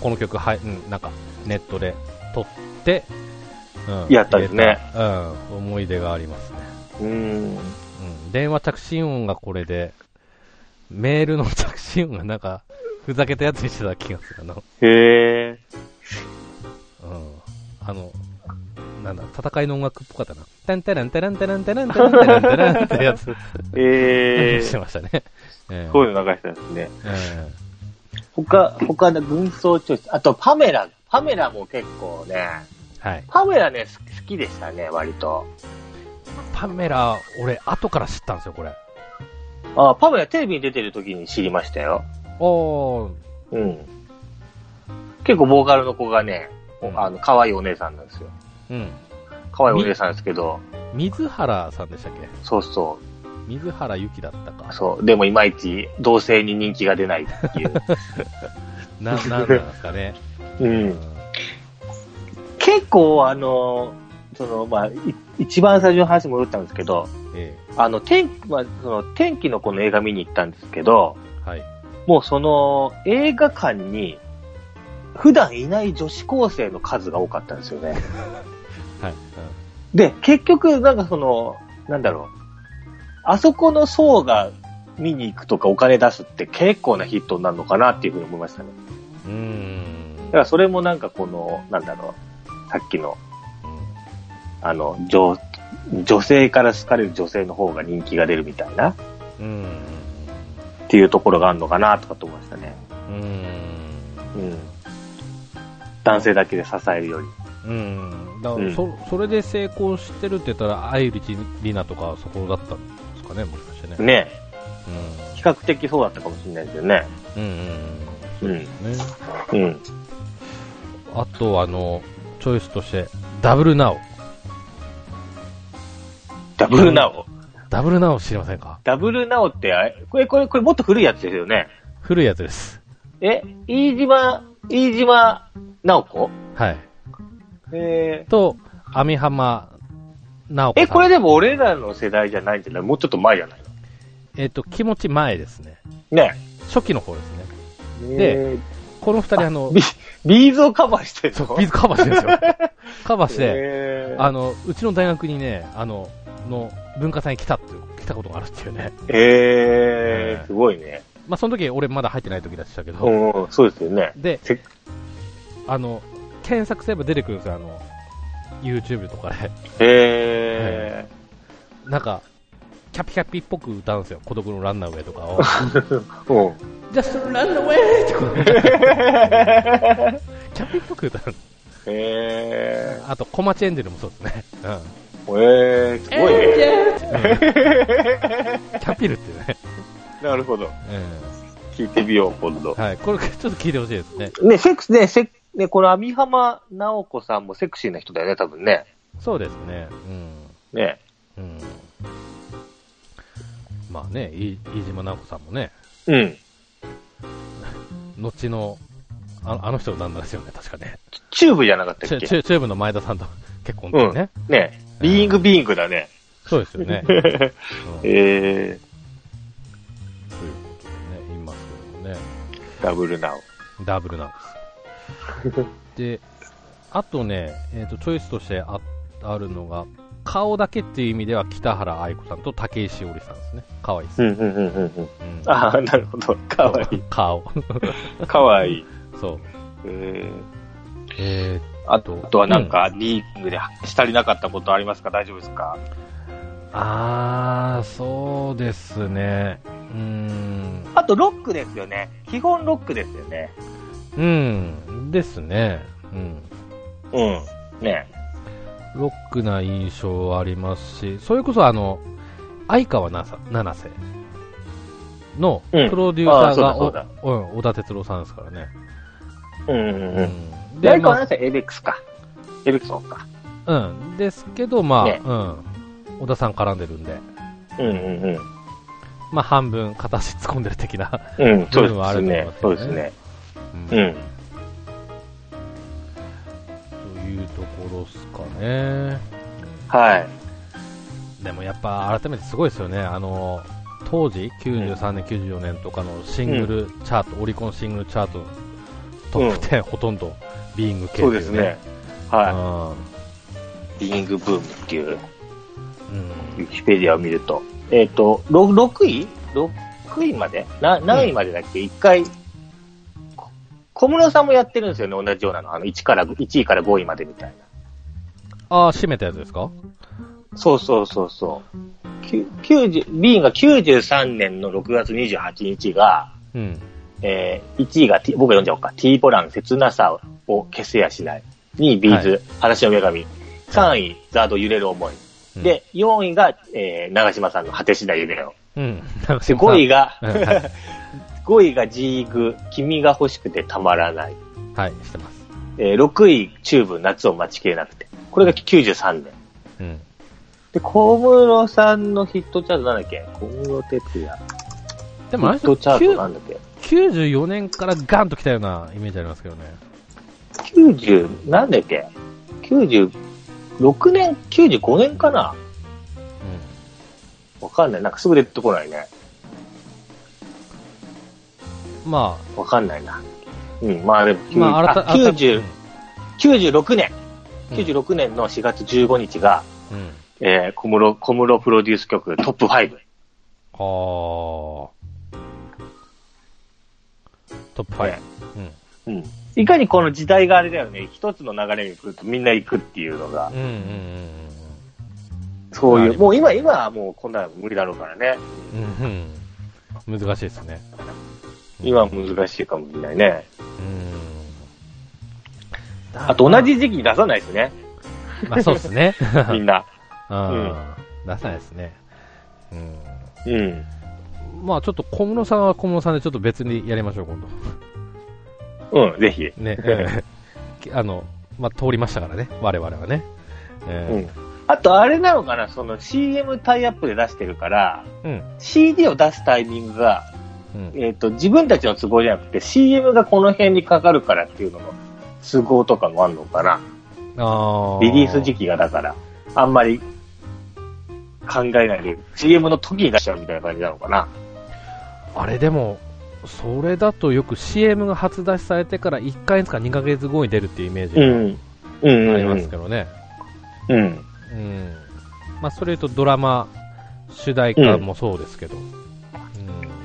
S1: この曲、はい、うん、なんか、ネットで撮って、うん
S2: やったんですね。
S1: 入れたうん、思い出がありますね。
S2: ー、うん。
S1: うん、電話着信音がこれで、メールの着信音がなんか、ふざけたやつにしてた気がする。あの、
S2: え
S1: うん。あの、なんだ、戦いの音楽っぽかったな。タンタランタランタランタランタランタランタランってやつ、
S2: ー、え
S1: して
S2: ー、
S1: ましたね。ええ
S2: こういうの流したんですね。
S1: ええ
S2: 他、他の軍曹チョイス。あと、パメラ。パメラも結構ね、
S1: はい。
S2: パメラね、す好きでしたね、割と。
S1: パメラ、俺、後から知ったんですよ、これ。あ
S2: あパメラテレビに出てる時に知りましたよ。
S1: ー、
S2: うん。結構、ボーカルの子がね、お
S1: うん
S2: あの、可愛いお姉さんなんですよ。
S1: うん。
S2: 可愛いお姉さんですけど、
S1: 水原さんでしたっけ
S2: そうそう。
S1: 水原ゆきだったか。
S2: そう。でも、いまいち、同性に人気が出ないっていう。
S1: な、なんなんですかね。
S2: う。
S1: うん
S2: 結構、あの、その、まあ、い一番最初の話に戻ったんですけど、
S1: え
S2: あの、天、まあ、その、天気の子の映画見に行ったんですけど、
S1: え。はい。
S2: もうその、映画館に、普段いない女子高生の数が多かったんですよね。
S1: はい。
S2: で、結局、なんかその、なんだろう。あそこの層が見に行くとかお金出すって結構なヒットになるのかなっていうふうに思いましたね。
S1: うん。う
S2: だ
S1: ん
S2: からそれもなんかこの、なんだろう。さっきの、あの、女、女性から好かれる女性の方が人気が出るみたいな、
S1: うん。うん。
S2: っていうところがあるのかなとかと思いましたね。
S1: うん。
S2: うん。男性だけで支えるより。
S1: うん、だか
S2: う
S1: ら
S2: ん
S1: そそれで成功してるって言ったら、愛理里奈とかそこだったんですかね、もしかしてね。
S2: ね比較的そうだったかもしれないですよね。
S1: うん、うん、
S2: う
S1: う
S2: ん。
S1: ん、ね。
S2: うん。
S1: あと、あの、チョイスとして、ダブルナウ。
S2: ダブルナオ。
S1: ダブルナウ知りませんか
S2: ダブルナオってあれ、これ、これ、これもっと古いやつですよね。
S1: 古いやつです。
S2: え、飯島、飯島直子
S1: はい。
S2: え
S1: と、網浜直
S2: ー、
S1: 子さ
S2: え、
S1: ん。
S2: これでも俺らの世代じゃないんじゃないもうちょっと前じゃない
S1: えっ、と、気持ち前ですね。
S2: のね
S1: 初期の方ですね。
S2: え。
S1: で
S2: えー、
S1: この二人、あの、
S2: ビビーズをカバーしてる
S1: そ
S2: の
S1: うビーズカバーしてるんです よ。カバーして、
S2: えー、
S1: あの、うちの大学にね、あの、の文化祭に来たっていう、来たことがあるっていうね。
S2: えー、すごいね。
S1: まあ、その時俺まだ入ってない時でしたけ
S2: う
S1: ど、
S2: んうん、そうですよね。
S1: で
S2: せ、
S1: あの、検索すれば出てくるんですよ、あの、YouTube とかで。
S2: え
S1: なんか、キャピキャピっぽく歌うんですよ、孤独のランナーウェイとかを。
S2: ー、うん。
S1: Just run away! ってことで、 キャピっぽく歌う。
S2: え
S1: あと、小町エンジェルもそうですね。うん。
S2: ー、えー、すごいね。
S1: キャピるっていうね。
S2: なるほど。
S1: う
S2: 聞いてみよう、今度
S1: ん。。はい。これ、ちょっと聞いてほしいですね。
S2: ね、セックスね、セね、この網浜直子さんもセクシーな人だよね、多分ね。
S1: そうですね。
S2: ね。
S1: うん。うん。まあね、い飯島直子さんもね、
S2: うん。
S1: 後の、ああの人の旦那ですよね、確かね。
S2: チューブじゃなかっ
S1: チ
S2: たっ
S1: ュ
S2: け
S1: チュチューブの前田さんと結婚ってね。
S2: ね。ビーイングビーイングだね。
S1: そうですよ ね。うんという
S2: え
S1: ことでね、言いますけどもね。
S2: ー、ダブルナウ。
S1: ダブルなんです。で、あとね、えっ、と、チョイスとしてああるのが、顔だけっていう意味では北原愛子さんと武井詩織さんですね。可愛いです。
S2: ん、うん、うん、うん。
S1: うん
S2: ああ、なるほど。かわい
S1: 顔。
S2: い。かわいい。
S1: そう。
S2: えー、
S1: え
S2: あとあとはなんか、リーグでし足りなかったことありますか大丈夫ですか
S1: ー、あー、そうですね。うーん。
S2: あと、ロックですよね。基本ロックですよね。
S1: うん。ですね。うん。
S2: うん。ね。
S1: ロックな印象はありますし、それこそあの、相川なさ七瀬のプ
S2: うん
S1: ロデューサー
S2: あ
S1: が、
S2: ー
S1: お
S2: そううだ
S1: ん、小田哲郎さんですからね。
S2: うん、うん、うん。
S1: うん
S2: 誰
S1: で、
S2: かは
S1: ま
S2: なさエベックスか。エベックスの方か。
S1: あ、うん。ですけど、まあ、
S2: ね
S1: うん。小田さん絡んでるんで、
S2: うん、うん、うん。
S1: まあ、半分片足突っ込んでる的な。
S2: うん、そう
S1: 部
S2: で
S1: 分はある
S2: す
S1: と思い
S2: ね
S1: ます。
S2: そ
S1: よ
S2: う
S1: ね
S2: ですね。
S1: うん
S2: うん。
S1: というところですかね。
S2: はい。
S1: でもやっぱ改めてすごいですよね、あの当時、93年、94年とかのシングルチャート、オリコンシングルチャートのトップ10、ほとんどビーイング系
S2: そう
S1: とい
S2: ですね。。は。
S1: はい
S2: リングブームっていう、
S1: い、うん
S2: ウィキペディアを見ると。えっ、と、ろ 6, 位 ?6 位までな何位までだっけ、一回、こ小室さんもやってるんですよね、同じようなの。あの、1から、1位から5位までみたい
S1: ああ、閉めたやつですか
S2: な。そうそうそうそう。きゅ90、ビーンが93年の6月28日が、
S1: うん。
S2: えー、1位が、T、僕が読んじゃおうか。T ボラン、切なさを消せやしない。2位、ビーズ、話の女神。3位、ザード、揺れる思い。
S1: うん
S2: で、4位が、えー、長島さんの果てしない夢を。
S1: うん。
S2: で、5位
S1: が。
S2: が、
S1: う んは
S2: 5位がジーグ、君が欲しくてたまらない。
S1: はい、してます。
S2: えー6位、チューブ、夏を待ちきれなくて。これが93年。
S1: うん。
S2: で、小室さんのヒットチャートなんだっけ小室哲也。
S1: で
S2: ヒ
S1: もあれ
S2: ッ
S1: でしょ
S2: トチャート
S1: 9
S2: なんだっけ
S1: 94年からガンと来たようなイメージありますけどね。
S2: ?90、なんだっけ ?96 年 ?95 年かなわかんない。なんかすぐ出てこないね。
S1: うん。ま
S2: わかんないな。うん、まあでも、
S1: あ、まあ、
S2: あ
S1: 改め
S2: 90 96年。
S1: うん
S2: 96年の4月15日が、
S1: うん。うん
S2: えー、小室、小室プロデュース曲トップ5。
S1: あー。トップ5
S2: ね。
S1: うん。
S2: うん。いかにこの時代があれだよね、一つの流れに来るとみんな行くっていうのが
S1: う、んうんうん
S2: そう
S1: まあ
S2: い
S1: で
S2: う、
S1: も
S2: もう今、今はもうこんなの無理だろうからね。
S1: うん。うん。難しいですね。
S2: 今は難しいかもしれないね。
S1: うん。
S2: あと同じ時期に出さないですね、
S1: まあそうです ね。
S2: みんな。
S1: うん。出さないですね。うん。
S2: うん。
S1: まあちょっと小室さんは小室さんでちょっと別にやりましょう、今度。
S2: うん、ぜひ。
S1: ね、えー あの、まあ、通りましたからね、我々はね。
S2: う
S1: え
S2: ん。あと、あれなのかな、その CM タイアップで出してるから、
S1: ーうん。
S2: CD を出すタイミングが、
S1: うん。
S2: えっ、と、自分たちの都合じゃなくて、CM がこの辺にかかるからっていうのの都合とかもあるのかな。
S1: あ
S2: リリース時
S1: 期。
S2: 期がだから、あんまり考えないで、CM の時に出しちゃうみたいな感じなのかな。
S1: あれでも、それだとよく CM が初出しされてから1ヶ月か2ヶ月後に出るっていうイメージが
S2: ん。うん、うん。
S1: ありますけどね。
S2: うん。
S1: うん。まあ、それとドラマ、主題歌もそうですけど。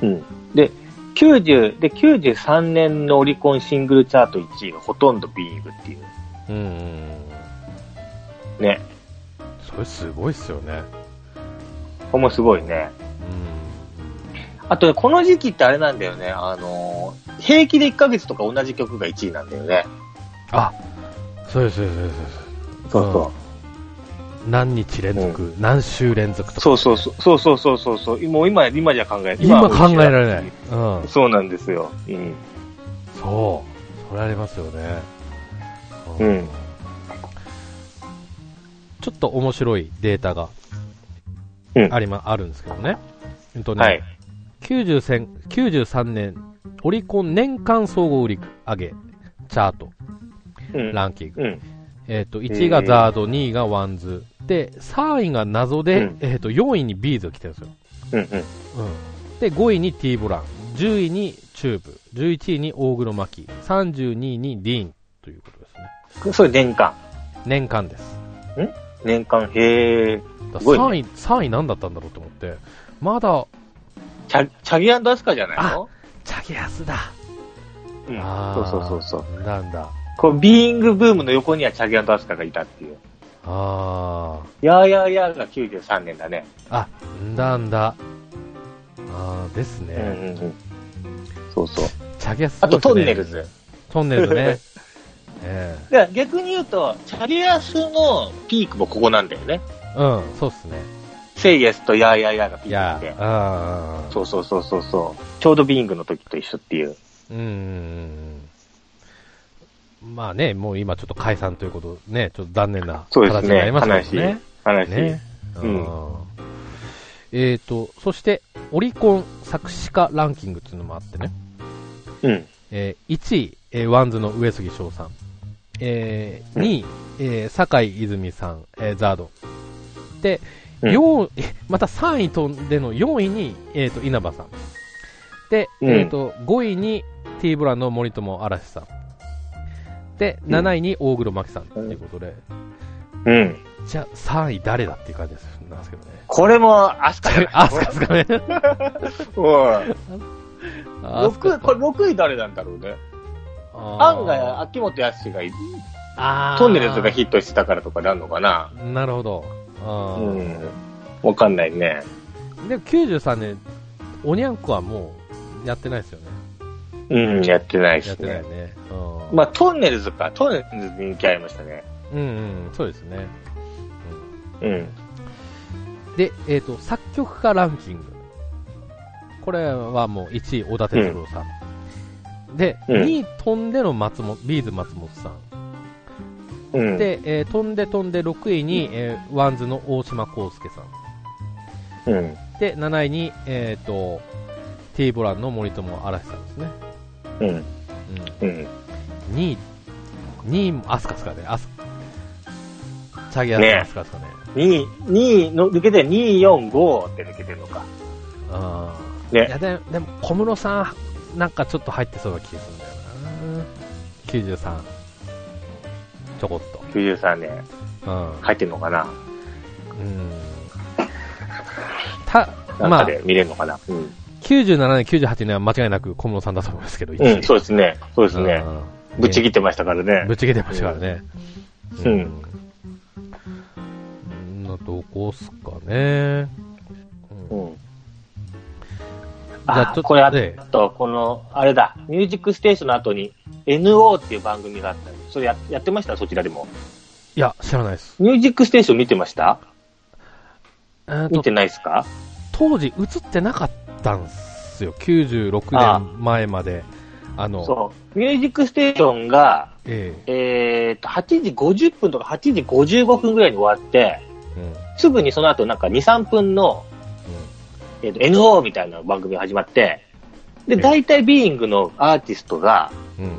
S1: うん。
S2: うん。で、90で93年のオリコンシングルチャート1位がほとんどビーイングっていう。
S1: うん。うん
S2: ね。
S1: それすごいっすよね。
S2: これもすごいね。あとね、この時期ってあれなんだよね。あのー平気で1ヶ月とか同じ曲が1位なんだよね。
S1: あ、そうです、そうです、そうですそうです。
S2: そうそう。
S1: 何日連続、何週連続とか。
S2: そうそうそうそうそうそうそう。もう今、今じゃ考え
S1: 今考え
S2: はもう
S1: られない。うん。
S2: そうなんですよ。うん。
S1: そう。それありますよね。
S2: うん
S1: ちょっと面白いデータが
S2: うん
S1: ありま、 あるんですけどね。えっとね、
S2: はい。
S1: 90戦93年、オリコン年間総合売り上げ、チャート、
S2: うん。
S1: ランキング。
S2: うん。
S1: えっ、と、1位がザード、2位がワンズ。で、3位が謎で、
S2: うん
S1: えっ、と、4位にビーズが来てるんですよ。
S2: うん。うん。
S1: うん、で5位に T ボラン10位にチューブ11位に大黒摩季32位にディーンということですね
S2: それ年間。
S1: 年間です
S2: 年間、へえ。
S1: だ
S2: すごいね
S1: 3位、3位何だったんだろうと思ってまだ
S2: チャ、チャギアンドアスカじゃないの
S1: チャゲアスだ
S2: うん
S1: あ。
S2: そう
S1: ー
S2: そうそうそう。
S1: なんだ
S2: こう、ビーイングブームの横にはチャギアンドアスカがいたっていう。
S1: あ
S2: やーやーやーが93年だね。
S1: ーあなんだあーですね、
S2: うんうんうん。そうそう。
S1: チャゲアスす
S2: あ
S1: ごい
S2: と、
S1: ですね
S2: トンネル
S1: トンネル
S2: ズ。
S1: ズ ねえ
S2: で逆に言うと、チャリアスのピークもここなんだよね。
S1: えうんそうっすね
S2: セイエスとヤーヤーヤーがピ
S1: い
S2: ー
S1: や
S2: クで。
S1: あー
S2: そうそうそうそうそう。ちょうどビーイングの時と一緒っていう。
S1: うんうんうんまあね、もう今ちょっと解散ということ、ね、ちょっと残念な
S2: そう
S1: 形
S2: です
S1: になり
S2: ね。
S1: ました
S2: 悲
S1: け
S2: し
S1: ど
S2: い
S1: ね。。
S2: 悲しい。
S1: ね
S2: うん
S1: うんえっ、と、そして、オリコン作詞家ランキングっていうのもあってね、
S2: うん。
S1: えー1位、えーワンズの上杉翔さん、えー
S2: うん
S1: 2位、えー酒井泉さん、えーザード。で、
S2: うん
S1: 四位また3位とでの4位に、えー、と稲葉さん。で、
S2: うん
S1: えー、と5位に T ブラの森友嵐さん。で、
S2: うん
S1: 7位に大黒摩季さんということで、
S2: うん。
S1: じゃあ3位誰だっていう感じですなんですけどね。
S2: これも、アスカじゃない。
S1: あ、すかすかね。
S2: うん。
S1: あす
S2: 6
S1: か
S2: 位、これ6位誰なんだろうね。
S1: あー
S2: 案外、秋元康がい、
S1: あー
S2: トンネルズがヒットしてたからとかなんのかな。
S1: なるほど。あ
S2: う
S1: ー
S2: ん。わかんないね。
S1: でも93年、おにゃんこはもうやってないですよね。
S2: うん、やってないで
S1: やっ
S2: す
S1: てない
S2: ね。
S1: ね。うん
S2: まあ、トンネルズか。トンネルズ人気ありましたね。
S1: うんうん、そうですね。
S2: うん。
S1: で、えっ、と、作曲家ランキング。これはもう1位、小田哲郎さん。で、
S2: うん
S1: 2位、飛んでの松本、ビーズ松本さん。
S2: うん。
S1: で、えー飛んで飛んで6位に、えーワンズの大島康介さん。
S2: うん。
S1: で、7位に、えっ、と、T ボランの森友嵐さんですね。
S2: うん。うん。
S1: うん。2位、2位も、アスカスカで、アスチャギアス
S2: ね
S1: カアスカスカね。
S2: 2位、2位の、抜けて2、4、5って抜けてるのか。
S1: あー
S2: ね
S1: いやででも小室さん、なんかちょっと入ってそうな気がするんだよな、93、ちょこっと、
S2: 93年、
S1: うん、
S2: 入ってるのかな
S1: うんた
S2: なん
S1: ま
S2: か
S1: あ、
S2: で見れるのかな、うん。
S1: 97年、98年は間違いなく小室さんだと思いますけど、
S2: うん、そううですね。そうですね。
S1: ん
S2: ぶっちぎ
S1: ね
S2: ってましたからね
S1: ぶ。っちぎってましたからね、
S2: うん
S1: うん、などこっすかね、う、
S2: うんん。
S1: じゃあちょ
S2: あ
S1: っと、
S2: これあ
S1: ええ
S2: と、この、あれだ、ミュージックステーションの後に NO っていう番組があったんですそれややってましたそちらでも。
S1: いや、知らないです。
S2: ミュージックステーション見てました
S1: えーと
S2: 見てないですか
S1: 当時映ってなかったんすよ
S2: ああ
S1: 96年前まであの
S2: そう。ミュージックステーションが、
S1: え
S2: えー、と、8時50分とか8時55分ぐらいに終わって、
S1: えうんうん
S2: すぐにその後なんか2、3分の、えー、と NO みたいな番組が始まって、
S1: え
S2: で、
S1: え
S2: 大体ビーイングのアーティストが、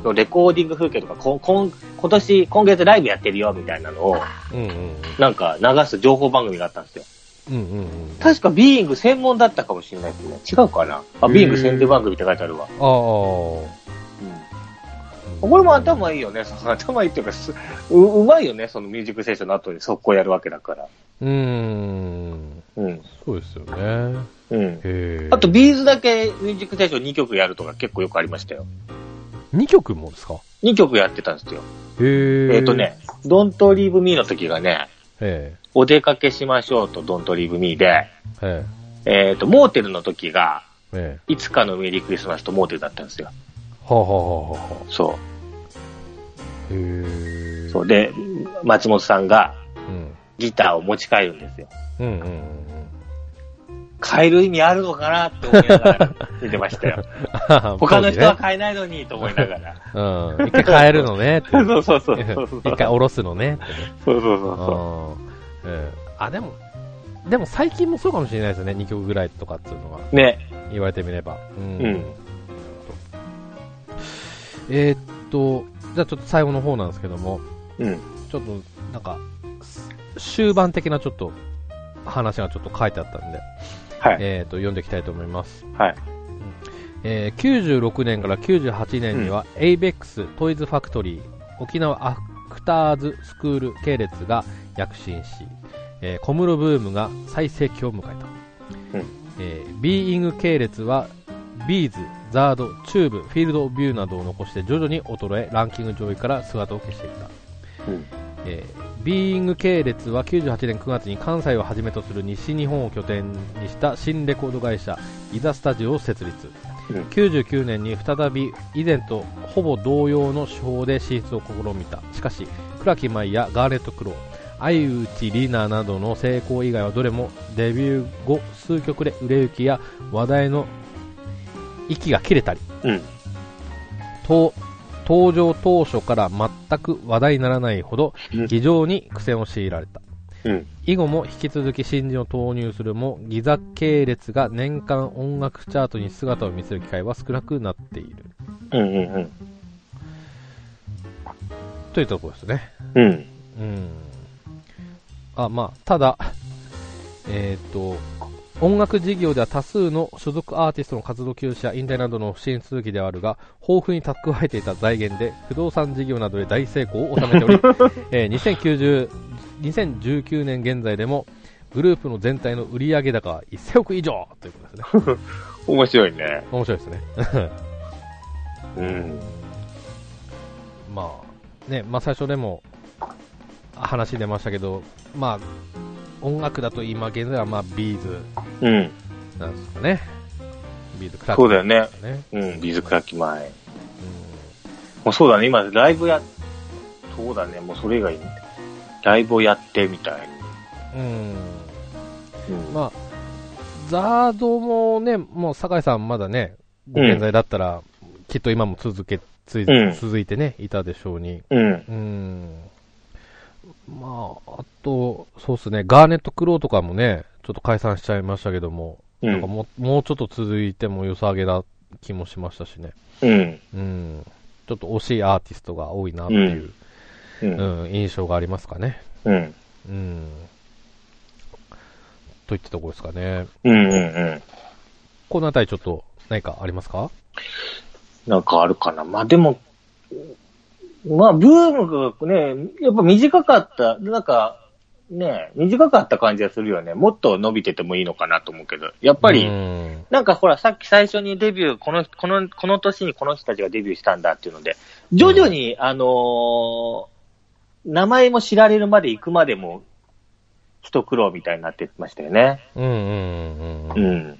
S1: うん
S2: レコーディング風景とか、こんこん今年、今月ライブやってるよみたいなのを、
S1: うんうん
S2: なんか流す情報番組があったんですよ。
S1: うんうんうんあ
S2: 確かビーイング専門だったかもしれないですね。違うかなあ、ビーイング宣伝番組って書いてある
S1: あ
S2: わ。これも頭いいよね。そ の頭いいっていうかすう、うまいよね。そのミュージックステーションの後に速攻やるわけだから。
S1: うーん
S2: うん。
S1: そうですよね
S2: うん。
S1: へえ
S2: あと、ビーズだけミュージックステーション2曲やるとか結構よくありましたよ。
S1: 2曲もですか
S2: 2曲やってたんですよ。
S1: へえ
S2: えっ、とね、Don't Leave Me の時がね、
S1: え
S2: お出かけしましょうと Don't Leave Me で、
S1: ええ
S2: えっ、と、モーテルの時が、
S1: えええ
S2: いつかのメリークリスマスとモーテルだったんですよ。
S1: はあはあはあは
S2: そ
S1: あへえ
S2: う。そう。で、松本さんが
S1: うん
S2: ギターを持ち帰るんですよ。
S1: うんうんうんうん
S2: 買える意味あるのかなって思いながら見てまし たよ。 他の人は買えないのにと思いながら。
S1: 当時ねうん一回変えるのねって
S2: そうそうそうそう そうそう。
S1: 一回下ろすのねってね
S2: そうそうそうそ
S1: あーええあでも、でも最近もそうかもしれないですよね、2曲ぐらいとかっていうのは、
S2: う。ね。
S1: 言われてみれば。うん
S2: うん
S1: なるほどえーっと、じゃあちょっと最後の方なんですけども、
S2: うん。
S1: ちょっとなんか、す終盤的なちょっと話がちょっと書いてあったんで、
S2: はい。
S1: えーっと読んでいきたいと思います。
S2: はい。
S1: えー96年から98年には、ABEX トイズファクトリー沖縄アクターズスクール系列が躍進し、えー小室ブームが最盛期を迎えた、
S2: うん
S1: えービーイング系列はビーズ、ザード、チューブ、フィールドビューなどを残して徐々に衰えランキング上位から姿を消していった
S2: うん。
S1: えービーイング系列は98年9月に関西をはじめとする西日本を拠点にした新レコード会社イザスタジオを設立、
S2: うん
S1: 99年に再び以前とほぼ同様の手法で進出を試みたしかし倉木舞やガーレット・クロー相内里奈などの成功以外はどれもデビュー後数曲で売れ行きや話題の息が切れたり
S2: うん。
S1: と登場当初から全く話題にならないほど
S2: うん
S1: 非常に苦戦を強いられた
S2: うん。
S1: 以後も引き続き新人を投入するもギザ系列が年間音楽チャートに姿を見せる機会は少なくなっている
S2: うん。うん。
S1: というところですね
S2: うん。
S1: うんあまあただ えっ、と音楽事業では多数の所属アーティストの活動休止や引退などの不振続きではあるが豊富に蓄えていた財源で不動産事業などで大成功を収めており、えー2090 2019年現在でもグループの全体の売上高は1000億以上ということですね
S2: 面白いね。
S1: 面白いですね
S2: うん。
S1: まあねまあ、最初でも話出ましたけど、まあ、音楽だと今現在はまあビーズ
S2: うん。
S1: なんですかね、ビーズクラ
S2: そうだよね。
S1: ね。
S2: うん、ビーズクラキ前。もうそうだね、今、ライブや、そうだね、もうそれがいい。ライブをやってみたい。
S1: うん。うん
S2: うん
S1: まあ、ザードもね、もう酒井さんまだね、ご健在だったら、きっと今も続け、つい
S2: うん
S1: 続いてね、いたでしょうに。
S2: う
S1: う
S2: ん。
S1: ん。まあ、あと、そうっすね、ガーネットクローとかもね、ちょっと解散しちゃいましたけども、
S2: う
S1: なんか
S2: ん。
S1: もうもうちょっと続いても良さげな気もしましたしね。
S2: うん。
S1: うん。ちょっと惜しいアーティストが多いなっていう、
S2: う。
S1: うんん、印象がありますかね。
S2: うん。
S1: うん。といったところですかね。
S2: うん。うん。
S1: このあたりちょっと何かありますか
S2: なんかあるかな。まあでも、まあブームがね、やっぱ短かった、なんか、ね、短かった感じがするよね。もっと伸びててもいいのかなと思うけど、やっ
S1: や
S2: ぱり、
S1: うん。
S2: なんかほら、さっき最初にデビュー、この、この、この年にこの人たちがデビューしたんだっていうので、徐々に、あのー名前も知られるまで行くまでも、一苦労みたいになってましたよね。
S1: うんうんうんう。
S2: うんん。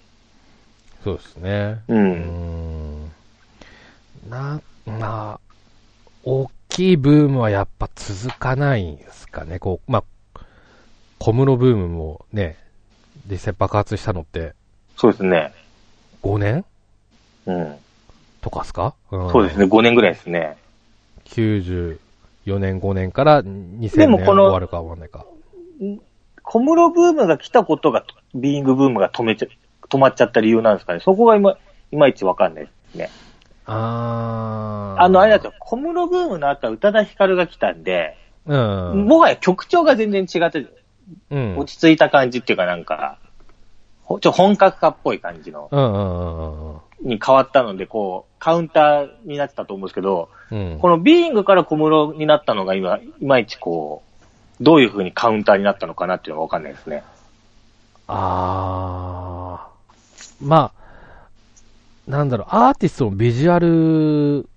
S1: そうですね。
S2: う。
S1: うんん。な、な、大きいブームはやっぱ続かないんですかね。こう、まあ、小室ブームもね、実際爆発したのって
S2: そうですね。
S1: 5年
S2: うん。
S1: とかっすか、うん、
S2: そうですね。5年ぐらいですね。
S1: 94年、5年から2000
S2: で
S1: 年
S2: も
S1: 終
S2: この
S1: わるか終わらないか。
S2: 小室ブームが来たことが、ビーイングブームが止めちゃ、止まっちゃった理由なんですかね。そこが今、いまいちわかんないですね。
S1: あー。
S2: あの、あれだと、小室ブームの後は宇多田ヒカルが来たんで、
S1: うん。
S2: もはや曲調が全然違って、
S1: うん、
S2: 落ち着いた感じっていうかなんか、ほちょ、本格化っぽい感じの、
S1: うんうんうんうん
S2: に変わったので、こう、カウンターになってたと思うんですけど、
S1: うん。うん
S2: このビーイングから小室になったのが今、いまいちこう、どういう風にカウンターになったのかなっていうのがわかんないですね。
S1: あー。まあ、なんだろう、アーティストのビジュアル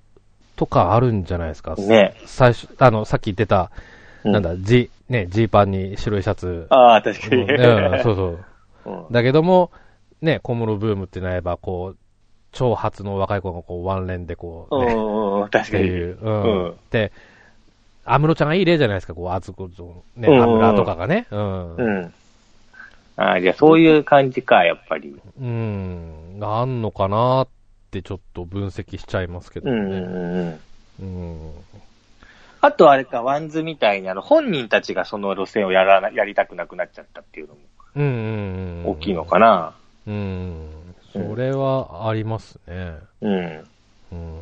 S1: とかあるんじゃないですか。
S2: ね。
S1: 最初、あの、さっき言ってた、
S2: う
S1: なんだ、ジ、ね、ジーパンに白いシャツ。
S2: ああ、確か
S1: うん
S2: に。
S1: うん、そうそう。
S2: うん
S1: だけども、ね、小室ブームってなれば、こう、超初の若い子がこう、ワンレンでこう、
S2: う
S1: ね、
S2: んうんうん、確
S1: って
S2: かに。
S1: いう。うん。
S2: うん
S1: で、安室ちゃんがいい例じゃないですか、こう、あずこ、ね、
S2: うんうん
S1: 安室とかがね。うん。う。
S2: うんん。ああ、じゃあそういう感じか、やっぱり。
S1: があんのかなってちょっと分析しちゃいますけど
S2: う
S1: ね。
S2: んうんうん。
S1: うん。
S2: あとあれか、ワンズみたいに、あの、本人たちがその路線をやらな、やりたくなくなっちゃったっていうの
S1: うん。うん。
S2: も大きいのかな。
S1: うん。それはありますね。
S2: うん。
S1: うん。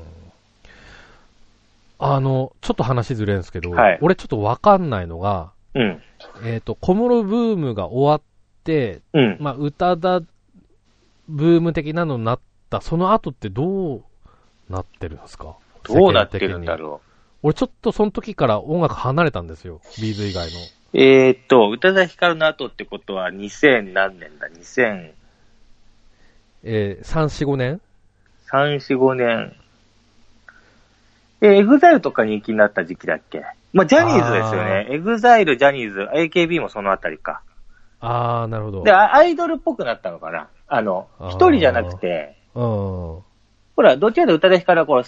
S1: あの、ちょっと話ずれんすけど、
S2: はい
S1: 俺ちょっとわかんないのが、
S2: うん。
S1: えっ、と、小室ブームが終わって、
S2: うん。
S1: まあ、歌だ、ブーム的なのになった、その後ってどうなってるんですか
S2: どうなってるんだ
S1: う。
S2: ろ
S1: 俺ちょっとその時から音楽離れたんですよ。ビーズ以外の。
S2: う。えーっと、宇多田ヒカルの後ってことは2000何年だ ?2003、
S1: えー、3、4、5年
S2: 4、5年。え、エグザイルとか人気になった時期だっけまあ、ジャニーズですよね。エグザイル、ジャニーズ、AKB もそのあたりか。
S1: あー、なるほど。
S2: で、あアイドルっぽくなったのかなあの、
S1: あー
S2: 一人じゃなくて、
S1: うん。
S2: ほら、どっちかというと宇多田ヒカルはこの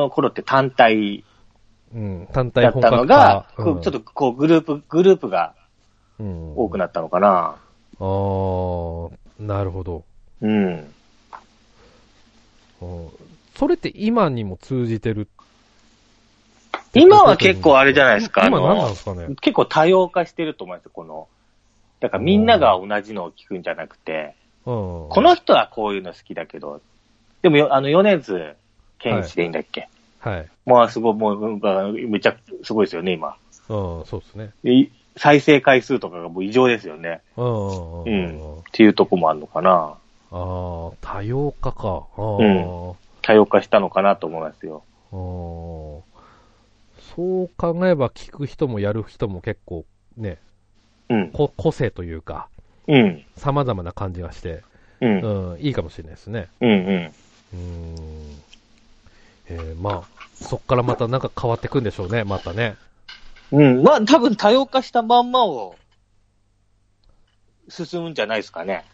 S2: の頃って単体
S1: うん。単体
S2: だっ
S1: 本
S2: たの
S1: 格
S2: が
S1: 化、
S2: こうちょっとこうグループ、グループが多
S1: 多
S2: くなったのかな。
S1: あー、なるほど。
S2: うん。
S1: うんそれって今にも通じてる。
S2: 今は結構あれじゃないですか。あ
S1: 今何なん
S2: の
S1: ですかね。
S2: 結構多様化してると思いますよこの。だからみんなが同じのを聞くんじゃなくて、
S1: こ
S2: この人はこういうの好きだけど、でもよあの、米津玄師でいいんだっけ、
S1: はい。うん、
S2: もうすごい、もううん、めちゃすごいですよね、今。
S1: そうですね。
S2: い再生回数とかがもう異常ですよね。
S1: うん。う
S2: うんん。っていうとこもあるのかな。
S1: あー多様化か。あー
S2: うん多様化したのかなと思いますよ。
S1: あーそう考えれば聞く人もやる人も結構ね、
S2: うん。
S1: こ個性というか、
S2: うん。
S1: 様々な感じがして、
S2: う。
S1: うんん、いいかもしれないですね。
S2: うん。うん。
S1: うん。えーまあ、そっからまたなんか変わってくんでしょうね、またね。
S2: うん。まあ、多分多様化したまんまを進むんじゃないですかね。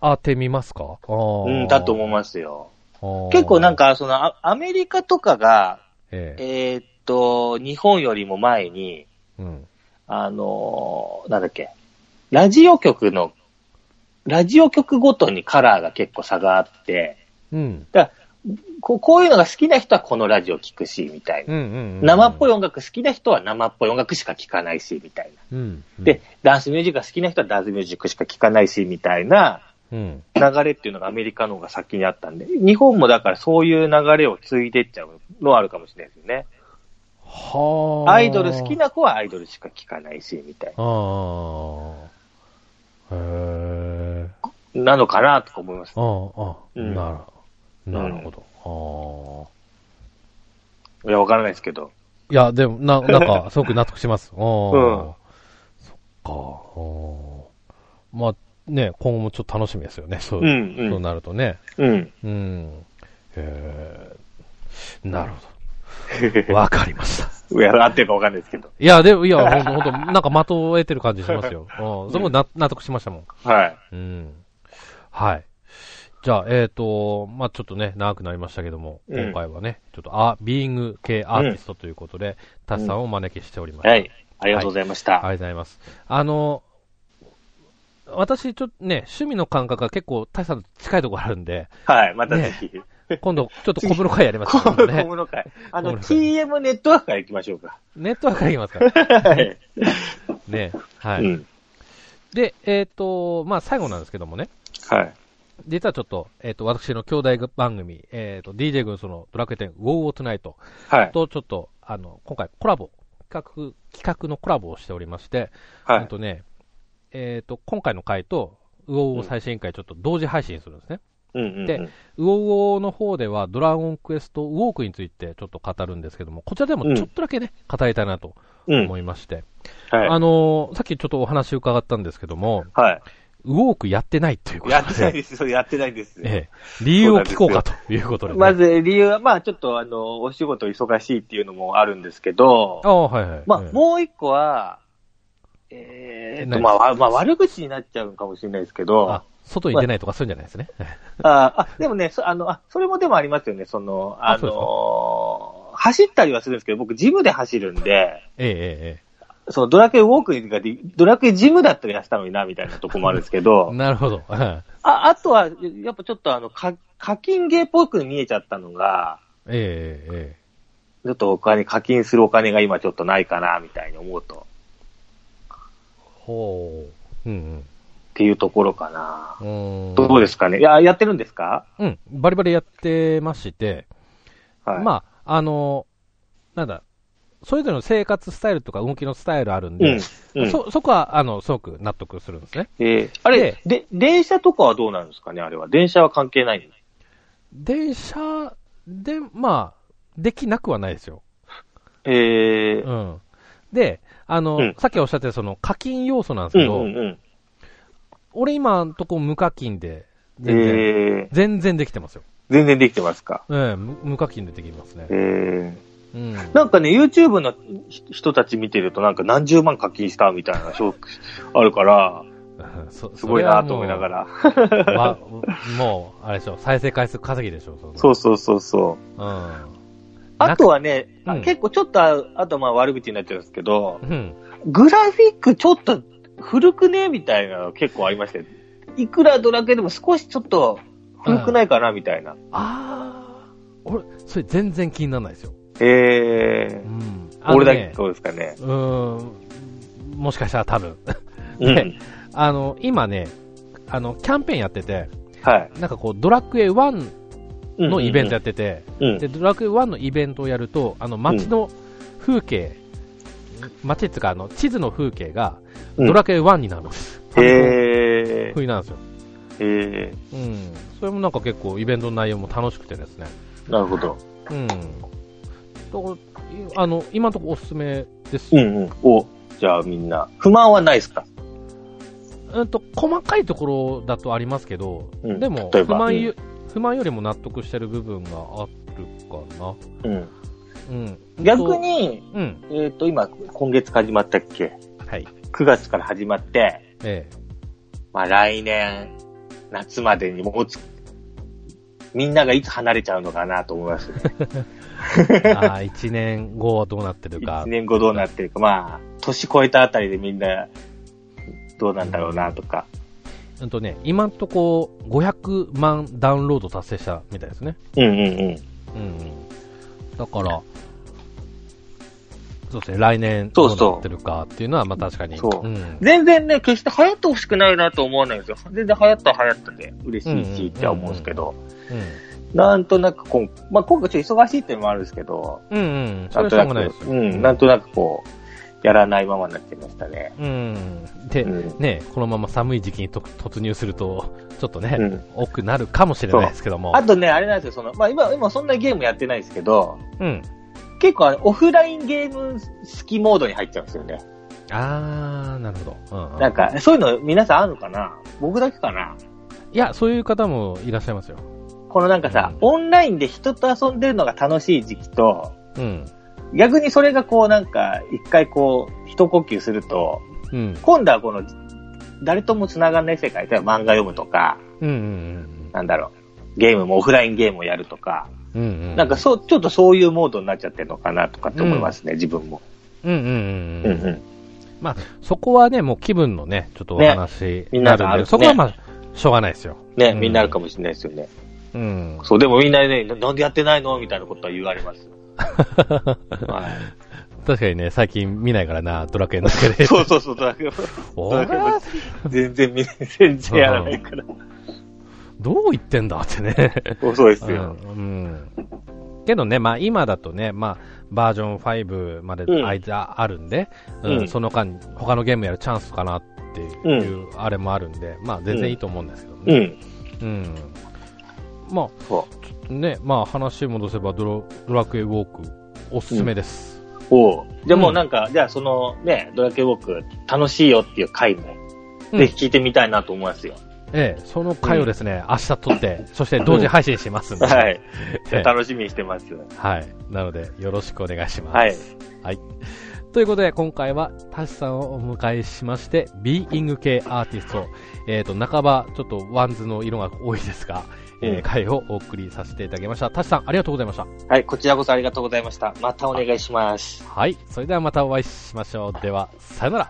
S1: 当てみますか
S2: うん、だと思いますよ。結構なん
S1: か、
S2: か、そのア、アメリカとかが、
S1: ええ
S2: えーっと、日本よりも前に、
S1: うん。
S2: あのーなんだっけ、ラジオ局の、ラジオ局ごとにカラーが結構差があって、
S1: うん。
S2: こうこういうのが好きな人はこのラジオ聞くし、みたいな。
S1: うんうんうん。
S2: 生っぽ
S1: い。
S2: い音楽好きな人は生っぽい音楽しか聞かないし、みたいな。
S1: うん。
S2: で、ダンスミュージックが好きな人はダンスミュージックしか聞かないし、みたいな
S1: うん。
S2: 流れっていうのがアメリカの方が先にあったんで、日本もだからそういう流れを継いでっちゃうのはあるかもしれないですよね。
S1: はあ。
S2: アイドル好きな子はアイドルしか聞かないし、みたい
S1: ああ。へえ。
S2: な。なのかなとか思います。
S1: ああ、ああ、
S2: うん
S1: なるほど。なるほど。
S2: いや、わからないですけど。
S1: ああ。いや、でも、 な、なんか、すごく納得します。ああ。
S2: うん
S1: そっか。ああ。まあ、ね、今後もちょっと楽しみですよね。そう、
S2: うん、う。
S1: そうんなるとね。
S2: うん。
S1: うん。へえ。なるほど。わかりました。
S2: いや、合ってるかわかんないですけど。
S1: いや、でも、いや、ほんと、ほんと、なんか的を得てる感じし ますよ。うん。すごいな納得しましたもん。
S2: はい。
S1: うん。はい。じゃあ、えっ、と、まあちょっとね、長くなりましたけども、
S2: うん
S1: 今回はね、ちょっと、あ、ビーイング系アーティストということで、タスさんをお招きしております。
S2: は
S1: あり
S2: い。ありがとうございました。
S1: がとうございます。あの、私、ちょっとね、趣味の感覚が結構、タスさんと近いところあるん で、
S2: はい、またぜひ。
S1: 今度、ちょっと小室会やります
S2: こ
S1: か
S2: の
S1: らね。
S2: 小室会。あ
S1: 小
S2: の、
S1: 室会
S2: TM ネットワークから行きましょうか。
S1: ネットワークやりますから。
S2: はい。
S1: ね。は
S2: う
S1: い。
S2: ん。
S1: で、えっ、と、まあ最後なんですけどもね、
S2: はい。
S1: 実はちょっと、えっ、と、私の兄弟番組、えっ、と、DJ 軍そのドラクエ10 WoW Tonight
S2: はい。
S1: とちょっと、あの、今回コラボ、企画、企画のコラボをしておりまして、
S2: は
S1: うん
S2: い。
S1: とね、えっ、と、今回の回と、ウオウオ最新回ちょっと同時配信するんですね。
S2: うんうんうん。
S1: でウオウオの方ではドラゴンクエストウォークについてちょっと語るんですけども、こちらでもちょっとだけね、語りたいなと
S2: うん。
S1: 思いまして、
S2: は い。
S1: あのーさっきちょっとお話伺ったんですけども、
S2: は
S1: ウォークやってないというこ
S2: い。
S1: と
S2: や
S1: で、
S2: ってないです。それやってないです。
S1: ええ、理由を聞こうかということで、ね。
S2: まず理由は、まあちょっとあの、お仕事忙しいっていうのもあるんですけど
S1: あ、あ、はいはい。
S2: まあ
S1: ええ
S2: もう一個は、えーっ
S1: な
S2: と、
S1: い
S2: まあわまあ悪口になっちゃうかもしれないですけど
S1: あ、、外に出ないとかそういうんじゃないですね。
S2: ああ、でもね、そあの、あ、それもでもありますよね、その、あ
S1: そうですか
S2: のー走ったりはするんですけど、僕ジムで走るんで、
S1: ええええ
S2: そのドラクエウォークがで、ドラクエジムだったらやってたのにな、みたいなとこもあるんですけ
S1: ええ。
S2: ど、
S1: なるほ ど。うん
S2: あ、あとは、やっぱちょっとあの、か課金ゲーっぽく見えちゃったのが、
S1: えええええ
S2: ちょっとお金、課金するお金が今ちょっとないかな、みたいに思うと、
S1: え。ほう。うん
S2: っていうところかな。
S1: うん。
S2: どうですすかねいや、やってるんですか
S1: うん。バリバリやってまして、
S2: はい。
S1: まあ、あの、なんだ、それぞれの生活スタイルとか動きのスタイルあるん
S2: う
S1: で、
S2: ん。うん。
S1: そ、そこは、あの、すごく納得するんですね。
S2: えーあれ、で、電車とかはどうなんですかねあれは。電車は関係ないんです
S1: 電車で、まあ、できなくはないですよ。
S2: えー
S1: うん。で、あの、
S2: うん
S1: さっきおっしゃったその課金要素なんですけど、
S2: うんうんうん。
S1: 俺今んとこ無課金で、全然、
S2: えー、
S1: 全然できてますよ。
S2: 全然できてますか。
S1: ええ、無無課金でできますね
S2: え。ー、
S1: うん。
S2: なんかね、YouTube の人たち見てると、なんか何十万課金したみたいなショックあるから、
S1: そ
S2: すごいなと思いなが。ら。
S1: それはもうわもう、あれでしょ、再生回数稼ぎでしょ、そ。
S2: そううそうそうそう。
S1: うん。
S2: あとはね、あ
S1: うん
S2: 結構ちょっとあ、あとまあ悪口になっちゃうんですけど
S1: う、ん。
S2: グラフィックちょっと古くねみたいなの結構ありまして、いくらドラクエでも少しちょっと古くないかなみたいな。
S1: あー。俺、それ全然気にならないですよ。
S2: え
S1: う
S2: ー、
S1: ん。
S2: 俺だけ
S1: あのね
S2: どうですかね。
S1: うーん。もしかしたら多分。
S2: うん。
S1: あの、今ね、あの、キャンペーンやってて、
S2: はい。
S1: なんかこう、ドラクエ1のイベントや
S2: っ
S1: ってて、
S2: て、うん
S1: で、ドラクエ1のイベントをやると、あの、街の風景、街っていうか、あの、地図の風景が、
S2: うん
S1: ドラクエ1になるんです。
S2: えー、
S1: 風なんですよ。
S2: え
S1: うん。それもなんか結構、イベントの内容も楽しくてですね。
S2: ー、なるほど。
S1: うん。とあの、今のところおすすめです。
S2: うんうん。お、じゃあみんな。不満はないですか
S1: うんと、細かいところだとありますけど、
S2: うん
S1: でも、
S2: 例え
S1: 不
S2: ば
S1: 満よ、不満よりも納得してる部分があるかな。
S2: うん。
S1: うん。
S2: 逆に、
S1: うん。
S2: えっ、と、今、今月始まったっけ
S1: はい。
S2: ?9 月から始まって、
S1: ええ。
S2: まあ来年、夏までにもつ、みんながいつ離れちゃうのかなと思いますね。
S1: ああ、1年後はどうなってるか。
S2: 1年後どうなってるか。まあ、年越えたあたりでみんな、どうなんだろうなとか。
S1: うんとね、今んとこ500万ダウンロード達成したみたいですね。
S2: うんうんうん。
S1: うん、うん。だから、そうですね、来年ど
S2: そううそう
S1: なってるかっていうのは、まあ確かに。
S2: そうん全然ね、決して流行ってほしくないなと思わないんですよ。全然流行ったら流行ったで嬉しいしっては思うんですけど、なんとなくこう、まあ今回ちょっと忙しいっていうのもあるんですけど、
S1: うん。うんうん。それ
S2: な
S1: は
S2: んと
S1: しょうが
S2: なく、
S1: ないですよ。
S2: うん、なんとなくこう、やらないままになっちゃいましたね。
S1: うん。で、
S2: うん。
S1: ね、このまま寒い時期にと突入すると、ちょっとね、
S2: うん
S1: 多くなるかもしれないですけども。
S2: あとね、あれなんですよ、その、まあ今、今そんなゲームやってないですけど、
S1: うん。
S2: 結構あの、オフラインゲーム好きモードに入っちゃうんですよね。
S1: あー、なるほど。うんうん
S2: なんか、そういうの皆さんあるのかな僕だけかない
S1: や、そういう方もいらっしゃいますよ。
S2: このなんかさ、オンラインで人と遊んでるのが楽しい時期と、
S1: うん。
S2: 逆にそれがこうなんか、一回こう、一呼吸すると、
S1: うん。
S2: 今度はこの、誰とも繋がんない世界、例えば漫画読むとか、
S1: うんうん
S2: なんだろう、ゲームもオフラインゲームをやるとか、
S1: うん。うんうん。
S2: なんかそう、ちょっとそういうモードになっちゃってるのかなとかって思いますね、自分も。
S1: うんうん
S2: う
S1: うんん
S2: う。ん。
S1: そこはね、もう気分のね、ちょっとお話になるん
S2: みんながあ
S1: で、
S2: る
S1: そこはまあ、しょうがないですよ。
S2: ね、
S1: うん
S2: みんなあるかもしれないですよね。
S1: うん。
S2: そう、でもみんなね、ななんでやってないのみたいなことは言われ ます。は
S1: 確かにね、最近見ないからな、ドラクエの中
S2: い、
S1: で。
S2: そうそ うそう、だから
S1: お
S2: ドラクエも全然見、全然やらないから。
S1: どう言ってんだってね。
S2: そうです
S1: う
S2: よ。
S1: ん。うんけどね、まあ今だとね、まあバージョン5まで
S2: うん
S1: 間あるんで、う
S2: うんん
S1: その間、他のゲームやるチャンスかなっていう、あれもあるんで、まあ全然いいと思うんですけど
S2: う
S1: ね。
S2: ん。
S1: うん。まあ、
S2: そ
S1: ね、まあ話戻せばドロ、ドラクエウォーク、おすすめです。
S2: う。おうじゃあもうなんか、じゃあそのね、ドラケンウォーク楽しいよっていう回も、
S1: うん
S2: ぜひ聞いてみたいなと思いますよ。
S1: ええ、その回をですね、明日撮って、そして同時配信しますんで。
S2: はい。
S1: ええ
S2: 楽しみにしてます。
S1: はい。なので、よろしくお願いします。
S2: はい。
S1: ということで、今回は、タシさんをお迎えしまして、ビーイング系アーティスト、えっ、と、半ば、ちょっとワンズの色が多いですが、え
S2: う
S1: ー、
S2: ん
S1: 回をお送りさせていただきました。タシさん、ありがとうございました。
S2: はい、こちらこそありがとうございました。またお願いします。
S1: はい。それではまたお会いしましょう。では、さよなら。